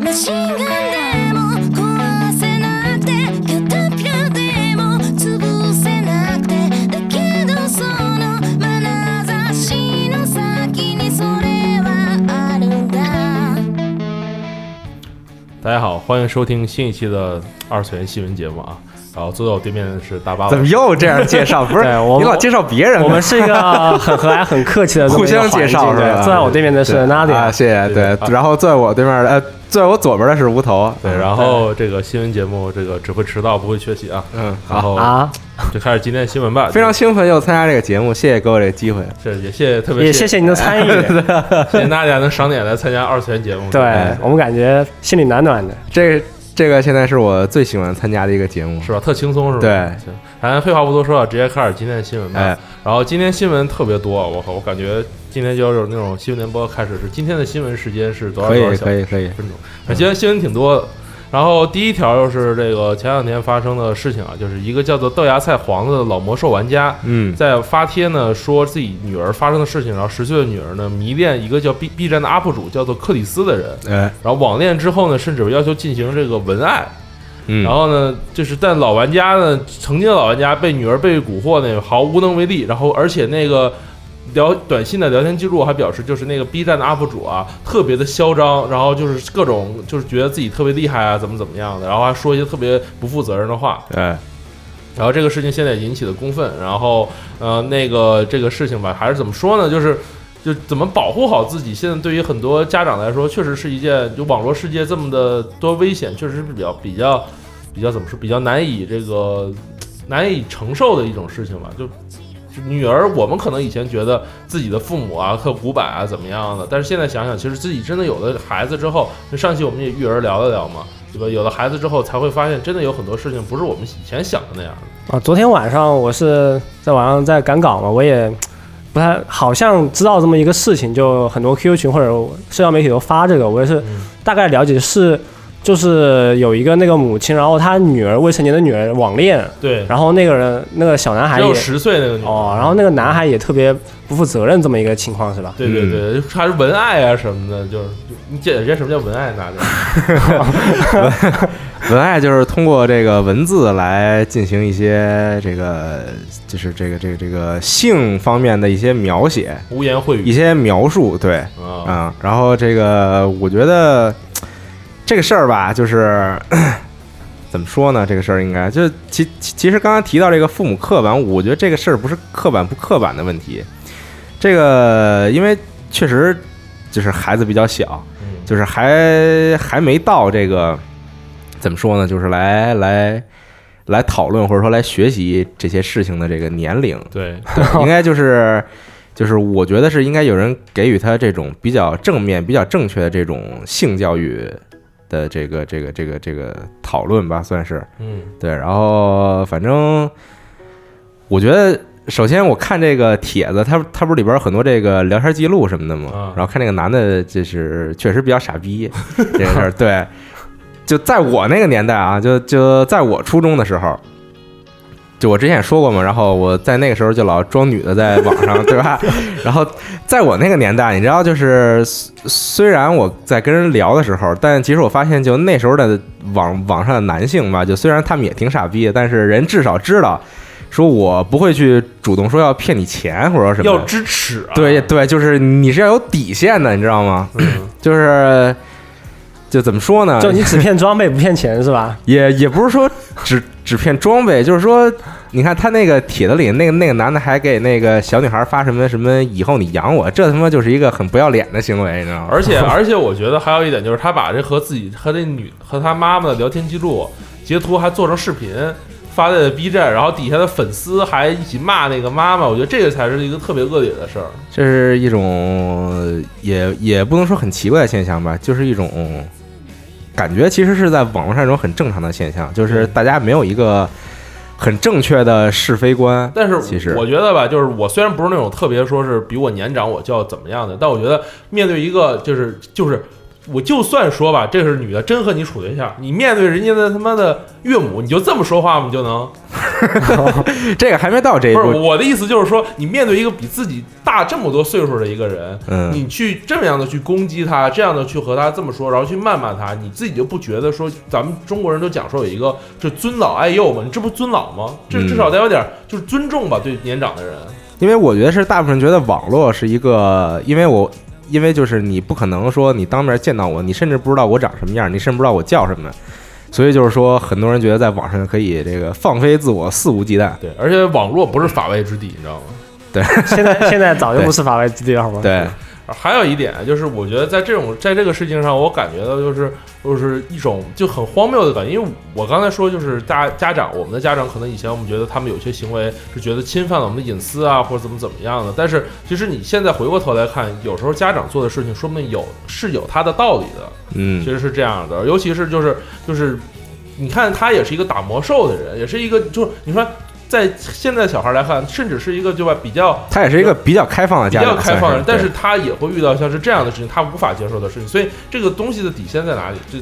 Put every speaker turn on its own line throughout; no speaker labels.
マシンガンでも壊せなくて片ピカでも潰せなくてだけどその眼差しの先にそれはあるんだ
大家好，欢迎收听新一期的二次元新闻节目啊。然后坐在我对面的是大巴老
怎么
师，
又这样介绍？不是，
对我们
你老介绍别人啊，
我们是一 个很和蔼、很客气的这么
互
一个
相
环境，
介绍是
对
吧？
坐在我对面的是
啊，
Nadia，
谢谢。
对
对
啊，
然后坐在我对面的，呃，坐在我左边的是无头。嗯
对，然后这个新闻节目这个只会迟到不会缺席啊。
嗯，
然
好，
后
啊，
就开始今天的新闻吧，
非常兴奋又参加这个节目，谢谢给我这个机会。
这也谢谢特别
也谢
谢
谢您的 参与，
谢谢大家能赏脸来参加二次元节目。
对我们感觉心里暖暖的。
这这个现在是我最喜欢参加的一个节目，
是吧？特轻松是吧？
对
行，咱废话不多说啊，直接开始今天的新闻吧。
哎
然后今天新闻特别多啊，我靠，我感觉今天就是那种新闻联播开始是今天的新闻时间是多少
可
多少
以
小
可以可以，
分钟，那今天新闻挺多的。然后第一条又是这个前两天发生的事情啊，就是一个叫做豆芽菜黄的老魔兽玩家，
嗯
在发帖呢说自己女儿发生的事情，然后十岁的女儿呢迷恋一个叫 B B 站的 UP 主叫做克里斯的人，
哎
然后网恋之后呢，甚至要求进行这个文爱，
嗯，
然后呢，就是但老玩家呢，曾经的老玩家被女儿被蛊惑呢，毫无能为力。然后而且那个聊短信的聊天记录还表示，就是那个 B 站的 UP 主啊，特别的嚣张，然后就是各种就是觉得自己特别厉害啊，怎么怎么样的，然后还说一些特别不负责任的话。
哎
然后这个事情现在引起了公愤，然后呃，那个这个事情吧，还是怎么说呢？就是就怎么保护好自己。现在对于很多家长来说，确实是一件就网络世界这么的多危险，确实是比较比较比较怎么说，比较难以这个难以承受的一种事情吧。就就女儿，我们可能以前觉得自己的父母啊特古板啊怎么样的，但是现在想想，其实自己真的有了孩子之后，就上期我们也育儿聊了聊嘛，对吧？有了孩子之后才会发现，真的有很多事情不是我们以前想的那样的。
啊，昨天晚上我是在晚上在赶稿嘛，我也不太好像知道这么一个事情，就很多 QQ 群或者社交媒体都发这个，我也是
嗯
大概了解是。就是有一个那个母亲，然后她女儿未成年的女儿网恋，
对，
然后那个人那个小男孩
只有
也
十岁那个女的
哦，然后那个男孩也特别不负责任，这么一个情况是吧？
对对对，还是文爱啊什么的，就是你解释什么叫文爱啊拿着，
文爱就是通过这个文字来进行一些这个，就是这个这个这个性方面的一些描写，
污言秽
一
语
些描述，对，
啊，
啊、然后这个我觉得这个事儿吧，就是 怎么说呢？这个事儿应该就其其其实刚刚提到这个父母刻板，我觉得这个事儿不是刻板不刻板的问题，这个因为确实就是孩子比较小，
嗯
就是还还没到这个怎么说呢？就是来来来讨论或者说来学习这些事情的这个年龄，
对，
应该就是就是我觉得是应该有人给予他这种比较正面、比较正确的这种性教育的这个这个这个这个讨论吧，算是
嗯
对。然后反正我觉得。首先，我看这个帖子，他他不是里边有很多这个聊天记录什么的嘛，
啊
然后看这个男的，就是确实比较傻逼，这个事儿。对，就在我那个年代啊，就就在我初中的时候，就我之前也说过嘛，然后我在那个时候就老装女的在网上，对吧？然后在我那个年代，你知道，就是虽虽然我在跟人聊的时候，但其实我发现，就那时候的网网上的男性吧，就虽然他们也挺傻逼的，但是人至少知道，说我不会去主动说要骗你钱或者什么的，
要支持啊，
对对，就是你是要有底线的，你知道吗？
嗯
就是就怎么说呢？
就你只骗装备不骗钱是 吧？
也也不是说只 只骗装备，就是说，你看他那个帖子里那个那个男的还给那个小女孩发什么什么，以后你养我，这他妈就是一个很不要脸的行为，你知道吗？
而且 而且我觉得还有一点就是，他把这和自己和这女和他妈妈的聊天记录截图还做成视频。发在了 B 站，然后底下的粉丝还一起骂那个妈妈，我觉得这个才是一个特别恶劣的事儿。
这是一种也也不能说很奇怪的现象吧，就是一种感觉，其实是在网络上一种很正常的现象，就是大家没有一个很正确的是非观。
但是
其实
我觉得吧，就是我虽然不是那种特别说是比我年长我就要怎么样的，但我觉得面对一个就是就是我就算说吧，这是女的，真和你处对象，你面对人家的他妈的岳母，你就这么说话吗？你就能
这个还没到这一
不是
步，
我的意思，就是说你面对一个比自己大这么多岁数的一个人，
嗯
你去这么样的去攻击他，这样的去和他这么说，然后去谩骂他，你自己就不觉得说咱们中国人都讲说有一个就尊老爱幼嘛，你这不尊老吗？这
嗯
至少得有点就是尊重吧，对年长的人。
因为我觉得是大部分人觉得网络是一个，因为我因为就是你不可能说你当面见到我，你甚至不知道我长什么样，你甚至不知道我叫什么，所以就是说很多人觉得在网上可以这个放飞自我，肆无忌惮。
对，而且网络不是法外之地，你知道吗？
现在现在早就不是法外之地了，好吗？，
对，
还有一点啊就是，我觉得在这种在这个事情上，我感觉到就是就是一种就很荒谬的感觉，因为我刚才说就是大家长，我们的家长可能以前我们觉得他们有些行为是觉得侵犯了我们的隐私啊，或者怎么怎么样的，但是其实你现在回过头来看，有时候家长做的事情说不定有是有他的道理的，
嗯
其，实是这样的，尤其是就是就是，你看他也是一个打魔兽的人，也是一个就是你说在现在小孩来看，甚至是一个对吧比较
他也是一个比较开放的
比
家
较
长，
开放的人，
算
但
是
是他也会遇到像是这样的事情，他无法接受的事情，所以这个东西的底线在哪里？这，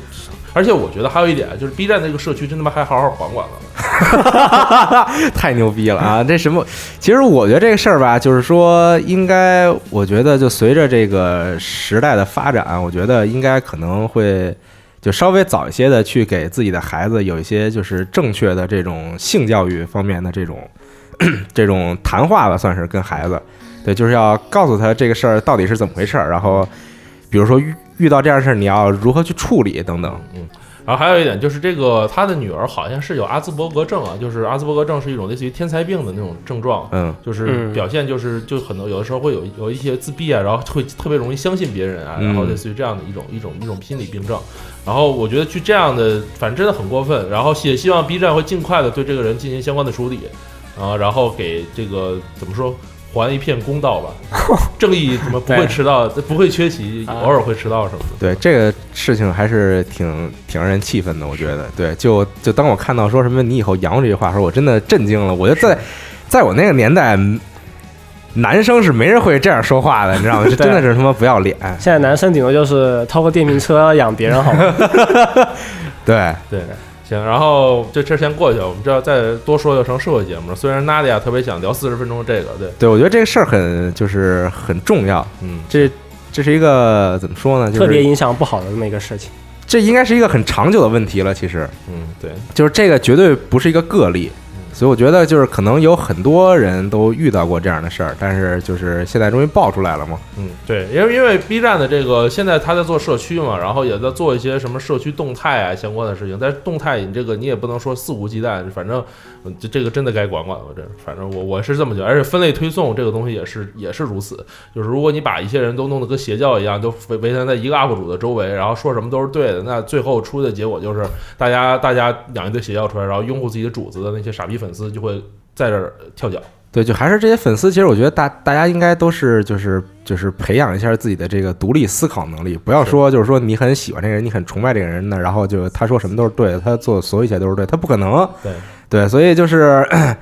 而且我觉得还有一点就是 B 站这个社区真他妈还好好管管了，
太牛逼了啊！这什么？其实我觉得这个事儿吧，就是说，应该我觉得就随着这个时代的发展，我觉得应该可能会就稍微早一些的去给自己的孩子有一些就是正确的这种性教育方面的这种 这种谈话吧，算是跟孩子，对，就是要告诉他这个事儿到底是怎么回事儿，然后比如说遇遇到这样的事儿，你要如何去处理等等。
然后还有一点就是，这个他的女儿好像是有阿兹伯格症啊，就是阿兹伯格症是一种类似于天才病的那种症状，
嗯
就是
嗯
表现就是就很多有的时候会有有一些自闭啊，然后会特别容易相信别人啊，然后
嗯
类似于这样的一种一种一种心理病症。然后我觉得去这样的，反正真的很过分。然后也希望 B 站会尽快的对这个人进行相关的处理，啊，然后给这个怎么说？还一片公道吧，正义怎么不会迟到，不会缺席，
啊
偶尔会迟到什么的。
对这个事情还是挺挺让人气愤的，我觉得。对，就就当我看到说什么“你以后养我”这句话的时候，我真的震惊了。我就在在我那个年代，男生是没人会这样说话的，你知道吗？这真的是他妈不要脸。
现在男生顶多就是掏个电瓶车养别人，好吗？
对，
对，行，然后这这先过去，我们这要再多说就成社会节目了。虽然娜迪亚特别想聊四十分钟这个，对，
对我觉得这个事儿很就是很重要。
嗯，
这这是一个怎么说呢？ 就
特别
是
影响不好的这么一个事情。
这应该是一个很长久的问题了。其实，
嗯，对，
就是这个绝对不是一个个例，
嗯
所以我觉得就是可能有很多人都遇到过这样的事儿，但是就是现在终于爆出来了嘛。
嗯，对，因为因为 B 站的这个现在他在做社区嘛，然后也在做一些什么社区动态啊相关的事情，但是动态你这个你也不能说肆无忌惮，反正嗯这这个真的该管管了，这反正我我是这么觉得，而且分类推送这个东西也是也是如此，就是如果你把一些人都弄得跟邪教一样，都围围缠在一个 UP 主的周围，然后说什么都是对的，那最后出的结果就是大家大家养一堆邪教出来，然后拥护自己的主子的那些傻逼粉丝就会在这儿跳脚。
对，就还是这些粉丝，其实我觉得大大家应该都是就是就是培养一下自己的这个独立思考能力，不要说就是说你很喜欢这个人，你很崇拜这个人呢，然后就他说什么都是对的，他做所有一切都是对，他不可能。
对
对，所以就是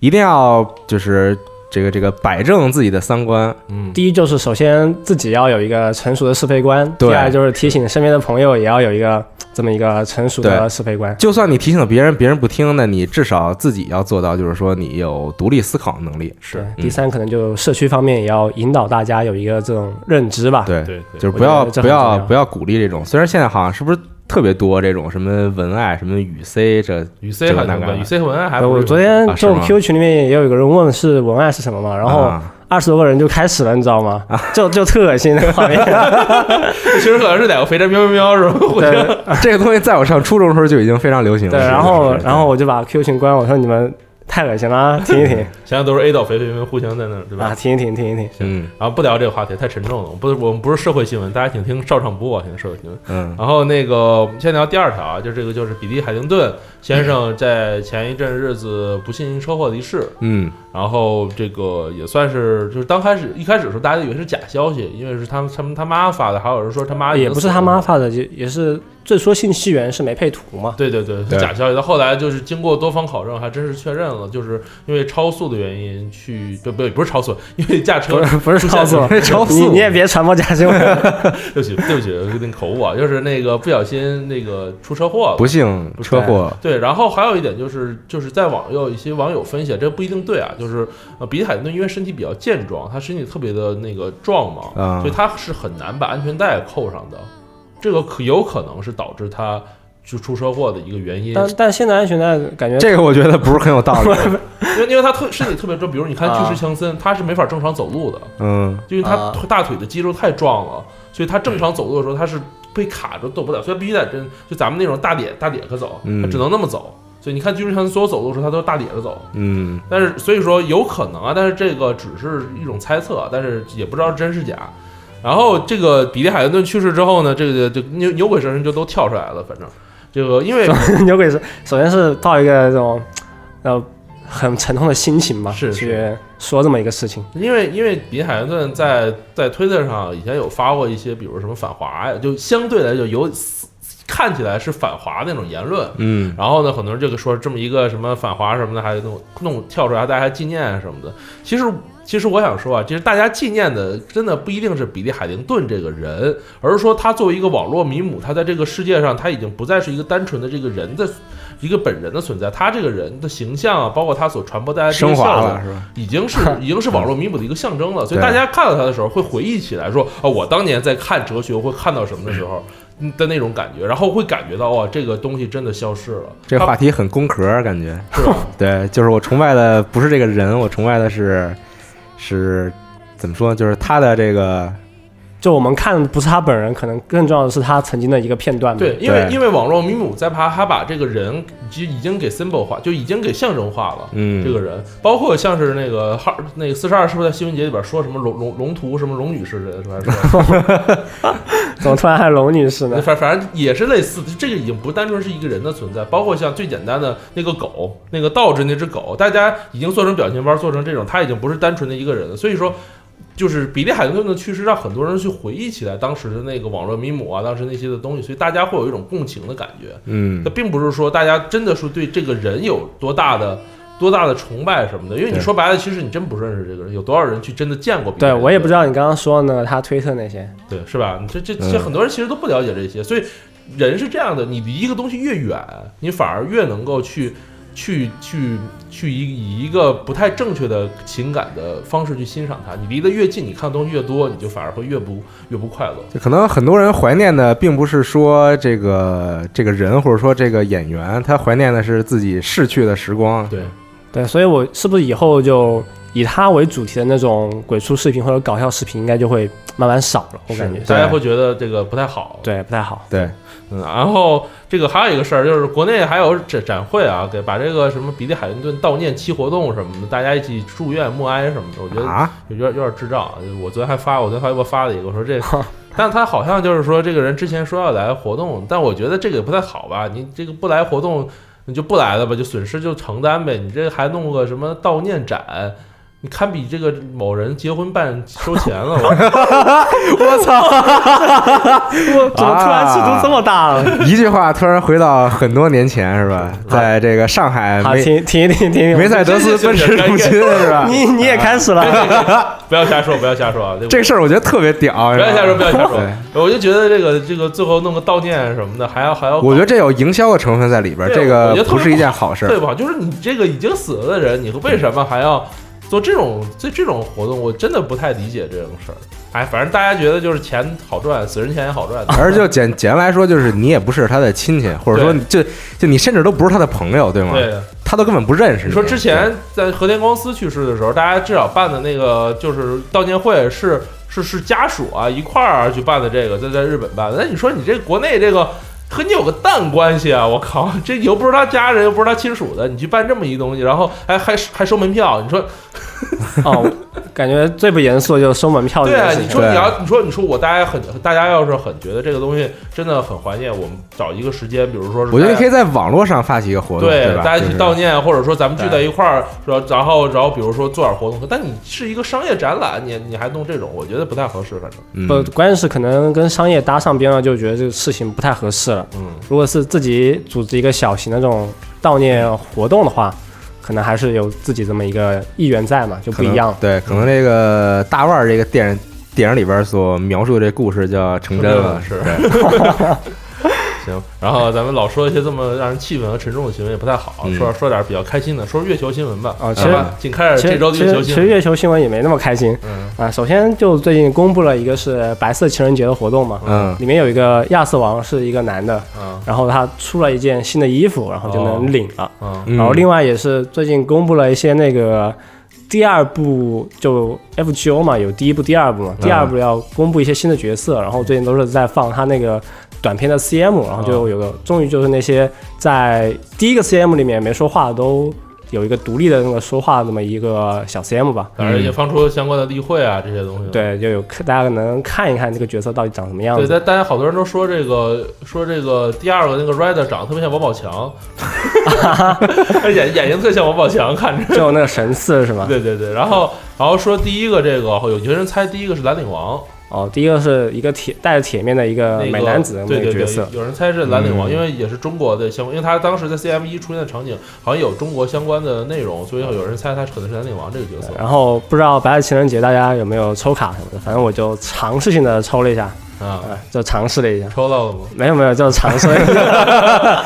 一定要就是这个这个摆正自己的三观，
嗯，
第一就是首先自己要有一个成熟的是非观，第
对
二就是提醒身边的朋友也要有一个这么一个成熟的
对
是非观。
就算你提醒了别人，别人不听，那你至少自己要做到，就是说你有独立思考能力。
是
对第三可能就社区方面也要引导大家有一个这种认知吧。
对，
对对
就是
啊我
不
觉
要
得这
不
很
要
重要
不要鼓励这种，虽然现在好像是不是特别多这种什么文爱什么语 C 这
与 C 还
这个
能
那
关，
个
与 C 文案还
呃，
不
我
是
昨天
啊是
就
吗
Q 群里面也有一个人问是文案是什么嘛，然后
啊
二十多个人就开始了，你知道吗？就就特恶心的画 面。
其实可能是哪个肥宅喵喵喵是吧？互相
对
这个东西在我上初中的时候就已经非常流行了。
对，
是
然后
是是
然后我就把 Q 群关了，我说你们太恶心了啊，停一停
想想都是 A 到肥肥们互相在那儿， 对吧？
啊，停一停，停一停。
嗯
然后不聊这个话题太沉重了，我们不是我们不是社会新闻，大家请听照常播啊，现在社会新闻。
嗯
然后那个我们先聊第二条啊，就这个就是比利海廷顿先生在前一阵日子不幸车祸离世，
嗯
然后这个也算是就是当开始一开始的时候大家以为是假消息，因为是他们他们他妈发的，还有人说他妈已经
啊也不是
死了
他妈发的，也也是最初信息源是没配图嘛，
对对对，是
对
假消息。到后来就是经过多方考证，还真是确认了，就是因为超速的原因去，不不不是超速，因为驾车
不是不是
出
超
现
速
了，
超
你
速
你也别传播假新闻，
对不起对不起，有点口误啊，就是那个不小心那个出车祸了。
不幸车祸，
对，然后还有一点就是，就是在网友一些网友分析，这不一定对啊。就是呃，比利海顿因为身体比较健壮，他身体特别的那个壮嘛，
啊
所以他是很难把安全带扣上的。这个可有可能是导致他就出车祸的一个原因。
但但现在安全带感觉
这个我觉得不是很有道理。
因为因为他特身体特别壮，比如你看
啊
巨石强森，他是没法正常走路的，
嗯，
因为他
啊
腿大腿的肌肉太壮了，所以他正常走路的时候他是被卡着动不了，所以必须得真就咱们那种大趔大趔着走，
嗯
他只能那么走。所以你看巨石强森所有走路的时候，他都是大趔着走。
嗯，
但是所以说有可能啊，但是这个只是一种猜测，啊但是也不知道是真是假。然后这个比利海伦顿去世之后呢，这个就牛牛鬼蛇神就都跳出来了，反正这个因 为
牛鬼是首先是抱一个这种呃很沉痛的心情吧，
是是
去说这么一个事情，
因为因为比利海伦顿在在推特上以前有发过一些，比如什么反华呀，就相对来就有看起来是反华那种言论。
嗯，
然后呢，很多人这个说这么一个什么反华什么的，还弄弄跳出来，大家还纪念啊什么的。其实，其实我想说啊，其实大家纪念的真的不一定是比利海灵顿这个人，而是说他作为一个网络迷母，他在这个世界上，他已经不再是一个单纯的这个人的一个本人的存在，他这个人的形象啊，包括他所传播大家这
升
些
华
效
了
果，
是吧？
已经 是已经是网络弥补的一个象征了，所以
对
大家看到它的时候会回忆起来说，啊、我当年在看哲学会看到什么的时候嗯的那种感觉，然后会感觉到哇，这个东西真的消失了，
这
它
话题很工壳，感觉。
是吧？
对，就是我崇拜的不是这个人，我崇拜的是是怎么说呢？就是他的这个
就我们看不是他本人，可能更重要的是他曾经的一个片段吧。
对，因为
嗯对
因为网络弥补在它它把这个人就已经给 symbol 化，就已经给象征化了。
嗯，
这个人，包括像是那个哈，那个四十二，是不是在新闻节里边说什么龙龙龙图什么龙女士人是吧？是吧
怎么突然还有龙女士呢？
反反正也是类似的，这个已经不单纯是一个人的存在，包括像最简单的那个狗，那个倒置那只狗，大家已经做成表情包，做成这种，它已经不是单纯的一个人了。所以说，就是比利海顿的去世，让很多人去回忆起来当时的那个网络迷母啊，当时那些的东西，所以大家会有一种共情的感觉。
嗯
那，并不是说大家真的是对这个人有多大的。多大的崇拜什么的，因为你
对
说白了，其实你真不认识这个人，有多少人去真的见过比利海
对
顿？
我也不知道你刚刚说的那个他推特那些，
对，是吧？你这这
嗯
这很多人其实都不了解这些，所以人是这样的，你离一个东西越远，你反而越能够去去去去以以一个不太正确的情感的方式去欣赏它。你离得越近，你看的东西越多，你就反而会越不越不快乐。
就可能很多人怀念的并不是说这个这个人或者说这个演员，他怀念的是自己逝去的时光。
对，
对，所以我是不是以后就以他为主题的那种鬼畜视频或者搞笑视频，应该就会慢慢少了，我感觉
是。大家会觉得这个不太好。
对，不太好。
对，
嗯，然后这个还有一个事儿，就是国内还有展展会啊，给把这个什么比利海伦顿悼念期活动什么的，大家一起祝愿默哀什么的，我觉得
啊，
有点有点智障啊！就是我昨天还发，我昨天发微博发了一个，我说 这，但他好像就是说这个人之前说要来活动，但我觉得这个也不太好吧？你这个不来活动，你就不来了吧，就损失就承担呗。你这还弄个什么悼念展？你堪比这个某人结婚办收钱了， 我
我操！
我
怎么突
啊
然尺度这么
大了？
一句话突然回到很多年前是吧？在这个上海
好，
梅
停停一停，停一
梅
停。
赛德斯奔驰入侵 是吧？
你你也开始了，
不要瞎说，不要瞎说啊！
这事儿我觉得特别屌，
不
是吧
要瞎说，不要瞎说
对！
我就觉得这个这个最后弄个悼念什么的，还要还要搞，
我觉得这有营销的成分在里边儿，
对
这
我
个
觉得特
不
别
是一
不
件好事
对
儿。
吧？就是你这个已经死了的人，你为什么还要做这种这这种活动？我真的不太理解这种事儿。哎，反正大家觉得就是钱好赚，死人钱也好赚。
而就简简单来说，就是你也不是他的亲戚，或者说
对
你就就你甚至都不是他的朋友，对吗？
对，
他都根本不认识
你说之前在和田光司去世的时候，大家至少办的那个就是悼念会是是是家属啊一块儿去办的这个，在在日本办的。那你说你这国内这个。和你有个蛋关系啊！我靠，这又不是他家人，又不是他亲属的，你去办这么一东西，然后还还还收门票，你说
哦，感觉最不严肃的就是收门
哦
票这
对
件
啊，
事
你
情。
说
对
你要你说你说我大家很大家要是很觉得这个东西真的很怀念，我们找一个时间，比如说是
我觉得你可
以
以在网络上发起一个活动，
哎对
吧？
大家
就
去
是
悼念，或者说咱们聚
对
在一块儿，然后然后然后比如说做点活动，但你是一个商业展览，你你还弄这种，我觉得不太合适，反正
嗯
不，关键是可能跟商业搭上边了，就觉得这个事情不太合适了。
嗯。
如果是自己组织一个小型的这种悼念活动的话，可能还是有自己这么一个意愿在嘛，就
可
不
能
一样。
对，可能这个大腕儿这个电影电影里边所描述的这故事叫成真了，
是
对
行，然后咱们老说一些这么让人气愤和沉重的新闻也不太好，啊
嗯
说说点比较开心的，说月球新闻吧。
哦其
实
好吧紧开始
其
呃这
实
周的
其
月球
实
新
其实
闻。
月球新闻也没那么开心
嗯
啊。首先就最近公布了一个是白色情人节的活动嘛，
嗯，
里面有一个亚瑟王是一个男的，
啊
然后他出了一件新的衣服，然后就能领了。
啊
嗯
然后另外也是最近公布了一些那个第二部就 FGO 嘛，有第一部、第二部
嗯
嘛，第二部要公布一些新的角色，然后最近都是在放他那个短片的 CM，然后就有个终于就是那些在第一个 CM 里面没说话的都有一个独立的那个说话这么一个小 CM 吧。
当然也放出相关的例会啊这些东西。
对，就有大家能看一看这个角色到底长什么样
对，
子。
但大家好多人都说这个说这个第二个那个 Rider 长得特别像王宝 强， 他眼眼睛特像王宝强，看着。
就有那个神似是吗？
对对对，然后然后说第一个这个，有些人猜第一个是蓝领王
哦，第一个是一个铁戴着铁面的一个
那
美
个
男子那
对
个
对
角
对
色，，
有人猜是蓝领王，
嗯
因为也是中国的相关，因为他当时在 CM 一出现的场景好像有中国相关的内容，所以有人猜他可能是蓝领王这个角色。
然后不知道白色情人节大家有没有抽卡什么的，反正我就尝试性的抽了一下，
啊，
呃，就尝试了一下，
抽到了吗？
没有没有，就尝试了一下，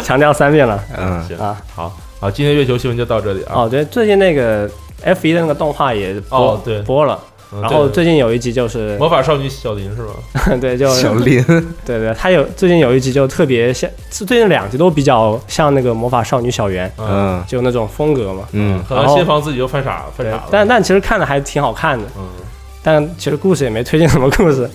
强调三遍了
嗯
行，
啊。
好好，今天月球新闻就到这里啊。
哦，对，最近那个 F 一的那个动画也播、
哦对
播了，
嗯
然后
对哦
最近有一集就是，
魔法少女小林是吧？
对，就
小林，
对对，他有最近有一集就特别像，最近两集都比较像那个魔法少女小圆，
嗯
嗯
就那种风格嘛。
嗯，
可能
然后
新房自己就犯傻犯
对
傻了，。
但但其实看的还挺好看的，
嗯，
但其实故事也没推荐什么故事。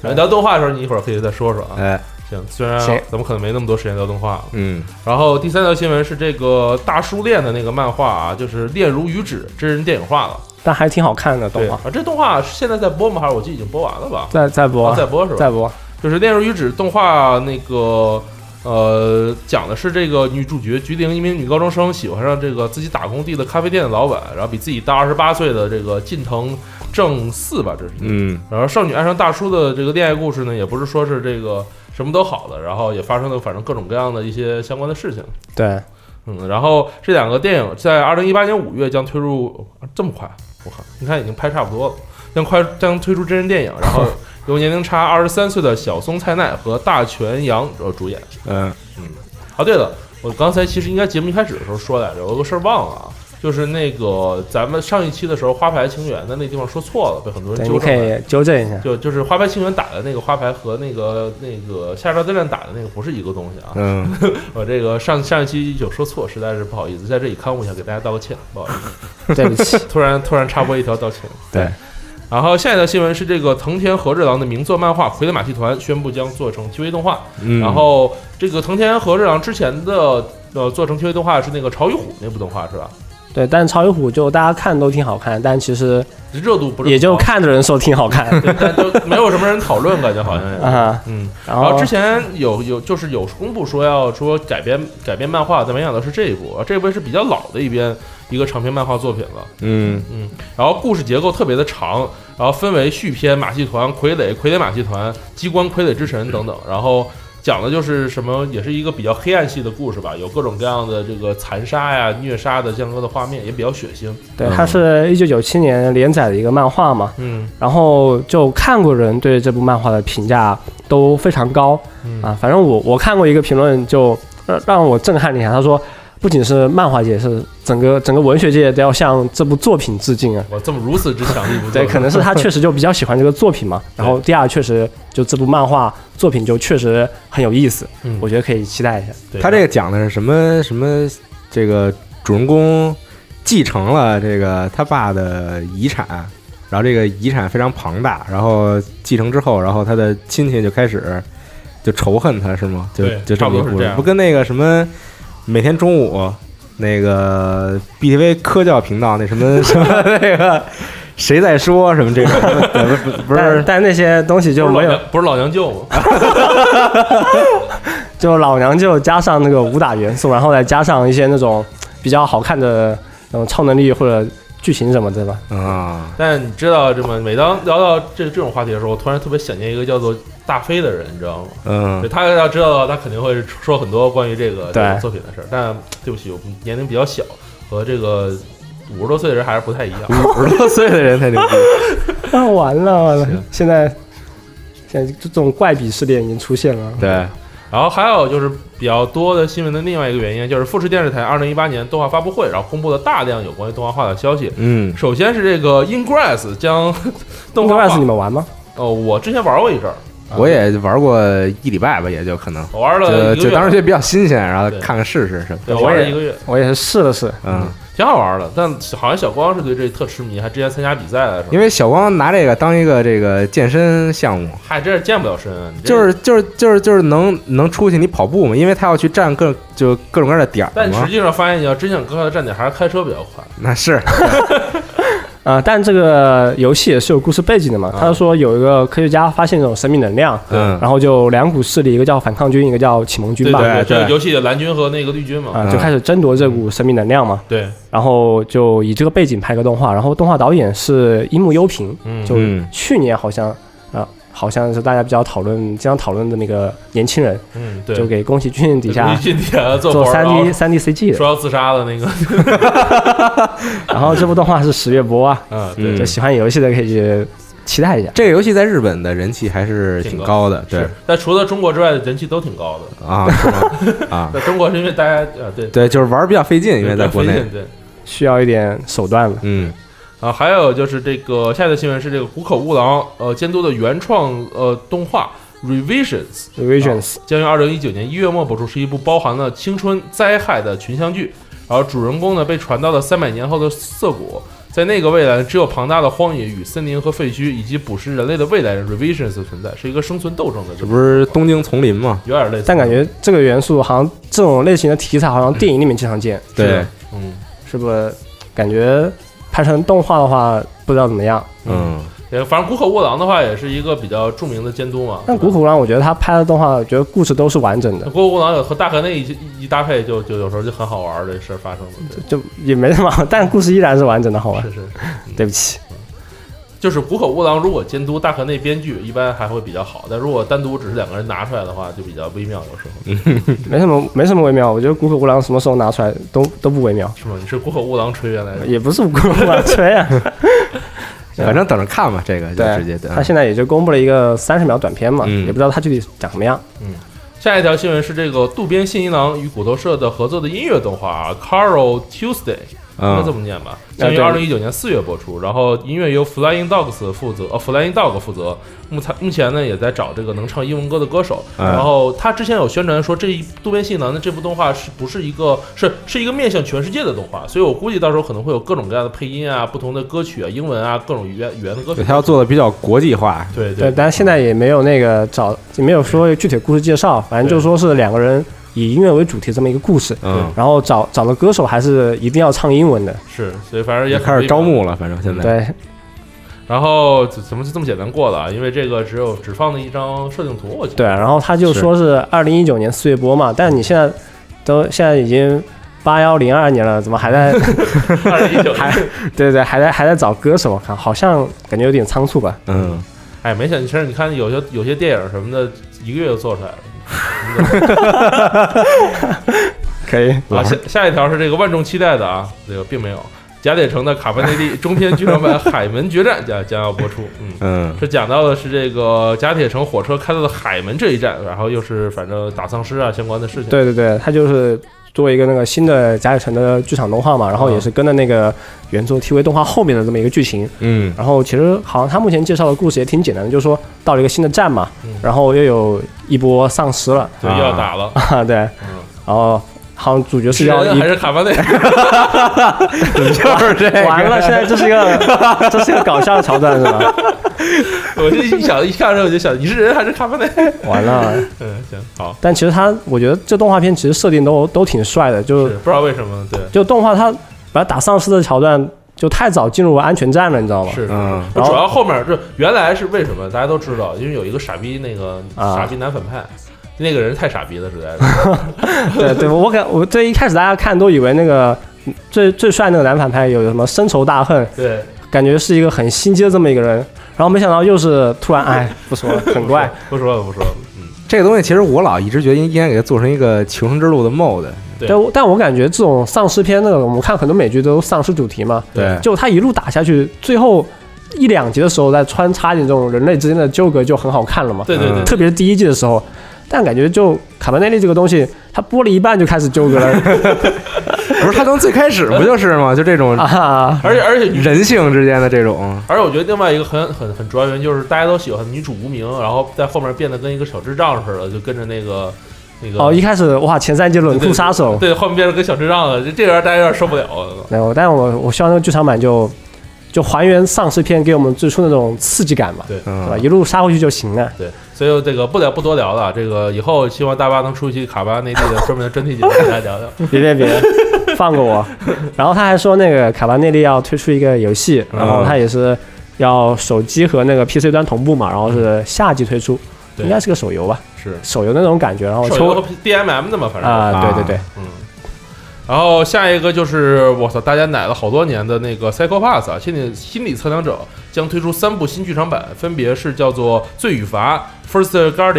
然后聊动画的时候，你一会儿可以再说说啊。
哎，
行，虽然
行
咱们可能没那么多时间聊动画了。
嗯，
然后第三条新闻是这个大叔恋的那个漫画啊，就是《恋如雨止》真人电影化了。
但还挺好看的动
对
画
啊，，这动画现在在播吗？还是我记得已经播完了吧？
在在播
啊，在播是吧？
在播，
就是《恋如雨止》动画那个。呃，讲的是这个女主角菊玲，一名女高中生，喜欢上这个自己打工地的咖啡店的老板，然后比自己大二十八岁的这个近藤正四吧，这是，
嗯，
然后少女爱上大叔的这个恋爱故事呢，也不是说是这个什么都好的，然后也发生了反正各种各样的一些相关的事情。
对，
嗯，然后这两个电影在二零一八年五月将推入，啊这么快？我靠，你看已经拍差不多了，将快将推出真人电影，然后由年龄差二十三岁的小松菜奈和大泉洋呃主演。
嗯，
啊，对了，我刚才其实应该节目一开始的时候说来着，我有个事儿忘了啊，就是那个咱们上一期的时候花牌情缘的那地方说错了，被很多人
对，
纠
你
正
可
了。
以纠 正一下。
就就是花牌清源打的那个花牌和那个那个下沙对战打的那个不是一个东西啊！
嗯，
我这个上上一期有说错，实在是不好意思，在这里刊物一下，给大家道个歉，不好意思，
对不起，
突然突然插播一条道歉。
对，
然后下一条新闻是这个藤田和志郎的名作漫画《傀儡马戏团》宣布将做成 TV 动画，
嗯
然后这个藤田和志郎之前的呃做成 TV 动画是那个《潮与虎》那部动画是吧？
对，但是超鱼虎就大家看都挺好看，但其实
热度不是
也就
很高，
看的人说挺好看
对但就没有什么人讨论，感觉好像也。
啊。
嗯，然
然
后
后
之前有有就是有公布说要说改编改编漫画，但没想到是这一部，啊这部是比较老的一边一个长篇漫画作品了。
嗯
嗯，然后故事结构特别的长，然后分为续篇《马戏团》《傀儡》《傀儡马戏团》《机关傀儡之神》等等，然后。讲的就是什么，也是一个比较黑暗系的故事吧，有各种各样的这个残杀呀、虐杀的相关的画面，也比较血腥。
对，它是一九九七年连载的一个漫画嘛，
嗯
然后就看过人对这部漫画的评价都非常高
嗯
啊。反正我我看过一个评论就让让我震撼了一下，他说。不仅是漫画界，是整个整个文学界都要向这部作品致敬啊！
我这么如此之强力不
对，可能是他确实就比较喜欢这个作品嘛。然后第二，确实就这部漫画作品就确实很有意思，
嗯
我觉得可以期待一下。
他这个讲的是什么什么？这个主人公继承了这个他爸的遗产，然后这个遗产非常庞大，然后继承之后，然后他的亲戚就开始就仇恨他，是吗？就
对
就这么一
差不多是
故
这
事
样，
不跟那个什么每天中 午那个 BTV 科教频道那什么什么那个。谁在说什么这种，对不不不
但
是
但那些东西就
不
没
是老
有，
娘不是老娘舅吗？
就老娘就加上那个武打元素，然后再加上一些那种比较好看的那种超能力或者剧情什么的吧。
啊，
但你知道这么，每当聊到这这种话题的时候，我突然特别想念一个叫做大飞的人，你知道吗？
嗯
对，他要知道的话，他肯定会说很多关于这个这
对
个作品的事儿。但对不起，我年龄比较小，和这个五十多岁的人还是不太一样。
五十多岁的人才牛逼，
啊，完了完了
行，
现在现在这种怪鄙视链已经出现了。
对，
然后还有就是比较多的新闻的另外一个原因，就是富士电视台二零一八年动画发布会，然后公布了大量有关于动画化的消息。
嗯
首先是这个 Ingress 将 动画
Ingress
化
你，们玩吗？
哦，我之前玩过一阵儿，
我也玩过一礼拜吧，也就可能，
我啊玩了
就
一个
就
月，
当时觉得比较新鲜，然后
对
看看试试什么
对，
的，
我玩了一个月，
我也是试了试，
嗯。
挺好玩的。但好像小光是对这特痴迷，还之前参加比赛啊来着，
因为小光拿这个当一个这个健身项目，
嗨，这是健不了身啊，你这
就是就是就是就是能能出去你跑步嘛，因为他要去站各就各种各样的点儿
但实
嘛，
际上发现你要真想更快的站点，还是开车比较快。
那是
啊、但这个游戏也是有故事背景的嘛。他说有一个科学家发现这种神秘能量，
嗯
然后就两股势力，一个叫反抗军，一个叫启蒙军吧，
对，嗯
对
这个
对
游戏的蓝军和那个绿军嘛，
啊、就开始争夺这股神秘能量嘛。
对，
然后就以这个背景拍个动画，然后动画导演是樱木优平，
嗯
就
嗯
去年好像啊、好像是大家比较讨论、经常讨论的那个年轻人，
嗯，对，
就给宫崎骏底
就
下
进去啊做
做
活儿
三
然后
D 三 D CG 的，
说要自杀的那个，
然后这部动画是十月播啊，
嗯，
嗯
对，
就喜欢游戏的可以去期待一下。
这个游戏在日本的人气还是挺高的，对
是。但除了中国之外，人气都挺高的。
啊是 吗啊
在中国是因为大家呃，对，
对，就是玩儿比较费劲，因为在国
飞
内
信，对。
需要一点手段了。
嗯
啊，还有就是这个下一个新闻是这个谷口悟郎呃监督的原创呃动画 Revisions
Revisions，、
将于二零一九年一月末播出，是一部包含了青春灾害的群像剧。然后主人公呢被传到了三百年后的涩谷，在那个未来只有庞大的荒野与森林和废墟，以及捕食人类的未来人 Revisions 的存在，是一个生存斗争的这
这
么，
嗯
不是东京丛林嘛？
有点类似，
但感觉这个元素好像这种类型的题材好像电影里面经常见，
是
对
的，嗯，
是不是？感觉拍成动画的话，不知道怎么样。
嗯，
也反正谷口悟郎的话也是一个比较著名的监督嘛。
但
对吧
古虎狼，我觉得他拍的动画，我觉得故事都是完整
那
嗯
的，
郭五郎有和大河内一一搭配就，就有时候就很好玩儿的事儿发生了。对，
就也没什么好，但故事依然是完整的好玩。
是是，
对不起，
就是谷口悟郎如果监督大河内编剧，一般还会比较好。但如果单独只是两个人拿出来的话，就比较微妙，有时候
没什么没什么微妙。我觉得古虎狼什么时候拿出来都 都不微妙，
是吗？你是谷口悟郎吹原来的，
也不是古虎狼 吹啊。
反正等着看吧，这个就直接的。
他现在也就公布了一个三十秒短片嘛，
嗯
也不知道他具体长什么样。
下一条新闻是这个渡边信一郎与骨头社的合作的音乐动画啊《Carol Tuesday》，应该这
嗯
么念吧？
啊
将于
对
二零一九年四月播出，然后音乐由 Flying Dogs 负责，呃，Flying Dog 负责。目前目前呢也在找这个能唱英文歌的歌手。
嗯
然后他之前有宣传说，这一渡边信男的这部动画是不是一个是是一个面向全世界的动画，所以我估计到时候可能会有各种各样的配音啊、不同的歌曲啊、英文啊、各种语言语言的歌曲
对，。他要做的比较国际化，
对
对，
对
但是现在也没有那个找，也没有说具体的故事介绍，反正就说是两个人以音乐为主题这么一个故事。
嗯，
然后找找的歌手还是一定要唱英文的，
是，所以反正也
也
很
开始
微
招
妙。
募了，反正现在，
对，
然后怎怎么就这么简单过了啊？因为这个只有只放了一张设定图，我记得。
对，然后他就是说是二零一九年四月播嘛，但是你现在都现在已经八幺零二年了，怎么还 在
二零一九
还对对还在还在找歌手？看好像感觉有点仓促吧？
嗯，
哎，没想，其实你看有些有些电影什么的，一个月就做出来了。啊
可以，
啊，下下一条是这个万众期待的啊，这个并没有。雅典城的卡巴内利中篇剧场版《海门决战》将将要播出，嗯，
嗯
这讲到的是这个甲铁城火车开到了海门这一站，然后又是反正打丧尸啊相关的事情，，
对对对，他就是做一个那个新的贾雨辰的剧场动画嘛，然后也是跟着那个原作 TV 动画后面的这么一个剧情，
嗯
然后其实好像他目前介绍的故事也挺简单的，就是说到了一个新的站嘛
嗯，
然后又有一波丧尸了，
对，
啊
要打了，
啊对，然后好像主角是
是
要
人
一
还是卡 巴内？
就是这 个
完了，现在这是一个这是一个搞笑的桥段是吧？
我就一想一看着我就想，你是人还是卡巴内？
完了，
嗯，行，好，
但其实他我觉得这动画片其实设定都都挺帅的，就是
不知道为什么，对，
就动画它把打丧尸的桥段。就太早进入安全站了，你知道吗？
是，
嗯
我
然后
主要后面这原来是为什么大家都知道，因为有一个傻逼那个
啊
傻逼男反派，那个人太傻逼了，实在 是。
对对，我感我最一开始大家看都以为那个最最帅那个男反派有什么深仇大恨，
对，
感觉是一个很心机的这么一个人，然后没想到又是突然哎不说了，很怪。
不说了，不说了，嗯，
这个东西其实我老一直觉得应该给它做成一个求生之路的 mod，
对
但我但我感觉这种丧尸片那个，我们看很多美剧都丧尸主题嘛，
对
就他一路打下去，最后一两集的时候再穿插点这种人类之间的纠葛就很好看了嘛。
对对对，
特别是第一季的时候，但感觉就卡梅内利这个东西，他播了一半就开始纠葛了
不是它从最开始不就是吗？就这种
啊。
而且而且女，
人性之间的这种，
而且我觉得另外一个很很很主要原因就是大家都喜欢女主无名，然后在后面变得跟一个小智障似的，就跟着那个那个
哦，一开始哇，前三集冷酷杀手，
对，后面变得跟小智障了，这这个让大家有点受不了。
没有，但我我希望那个剧场版就就还原丧尸片给我们最初那种刺激感吧，
对
对吧？
嗯，
一路杀回去就行了。
对，所以这个不了不多聊了。这个以后希望大巴能出一期卡巴内地的专门的真题节目跟大家聊聊。
别别别，放 过我。然后他还说那个卡巴内利要推出一个游戏，
嗯
然后他也是要手机和那个 PC 端同步嘛，然后是夏季推出，
对
应 该是个手游吧，
是
手游那种感觉，然后
手游
抽
和 DMM 的嘛，反正
啊，对对对，
嗯。然后下一个就是我操，大家奶了好多年的那个《Psycho Pass》啊，心理心理测量者将推出三部新剧场版，分别是叫做《罪与罚》《First Guardian》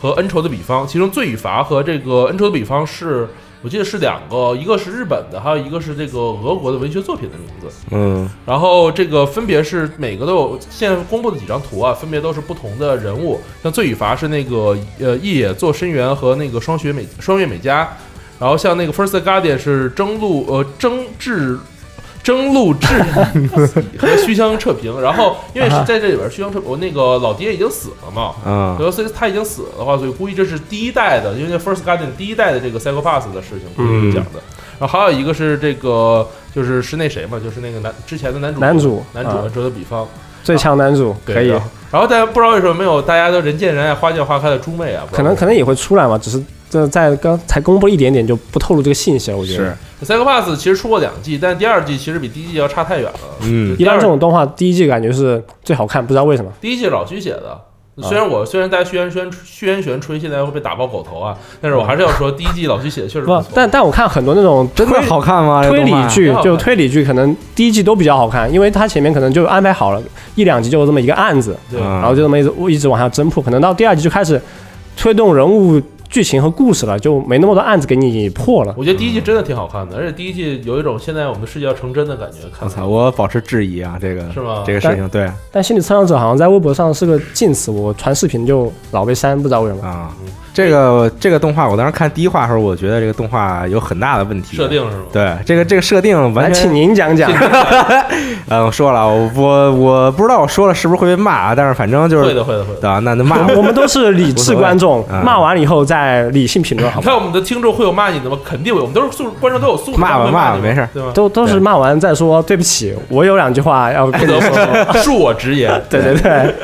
和《恩仇的比方》。其中，《罪与罚》和这个《恩仇的比方》是我记得是两个，一个是日本的，还有一个是这个俄国的文学作品的名字。
嗯，
然后这个分别是每个都有现在公布的几张图啊，分别都是不同的人物，像罪与罚是那个呃一野做深渊和那个双雪美双月美佳，然后像那个 First Guardian 是争路呃争执。争路至矣和虚香彻平，然后因为是在这里边，虚香彻我那个老爹已经死了嘛，
嗯，
啊
俄罗斯他已经死了的话，所以估计这是第一代的，因为那 First Guardian 第一代的这个 Psycho Pass 的事情
嗯
估计是讲的。然后还有一个是这个，就是是那谁嘛，就是那个男之前的男主
男主
男主
啊
折的比方
最强男主
对
可以
然，后然后大家不知道为什么没有，大家都人见人爱花见花开的猪妹啊，不知
可
道
能可能也会出来嘛，只是这在刚才公布一点点就不透露这个信息了，我觉得
是。，
Psycho Pass 其实出过两季，但第二季其实比第一季要差太远了。
嗯
一般这种动画第一季感觉是最好看，不知道为什么。
第一季老徐写
啊
的。虽然我虽然大家轩轩轩轩吹现在会被打爆狗头啊，但是我还是要说第一季老徐写的确实
不
错，。
但但我看很多那种
真的
推
好看吗？这
推
动
理
漫，
剧
挺好
就
看
推理剧，可能第一季都比较好看，因为它前面可能就安排好了一两集就有这么一个案子，
对，
嗯
然后就这么一直一直往下侦破，可能到第二集就开始推动人物剧情和故事了，就没那么多案子给你破 了。
我觉得第一季真的挺好看的，而且第一季有一种现在我们的世界要成真的感觉。看
我操，我保持质疑啊，这个
是吗
这个事情，对
但心理测量者好像在微博上是个禁词，我传视频就老被删，不知道为什么。
啊，这个这个动画，我当时看第一话的时候，我觉得这个动画有很大的问题，
设定是吗？
对这个这个设定
来，
完全
哎请您 讲讲，
嗯，我说了，我我我不知道我说了是不是会被骂啊，但是反正就
会
是
的，会的，会的。
啊，那那骂
我 们我们都是理
无所
智
谓
观众
嗯，
骂完以后再理性评论，好
你
不 好？
看我们的听众会有骂你的吗？肯定有，我们都是素观众都有素质，
骂
他
吧
们会
骂吧
你
没事
对吗？
都都是骂完再说对不起，我有两句话要跟
不
你
得
说。
不说，恕我直言
对对对，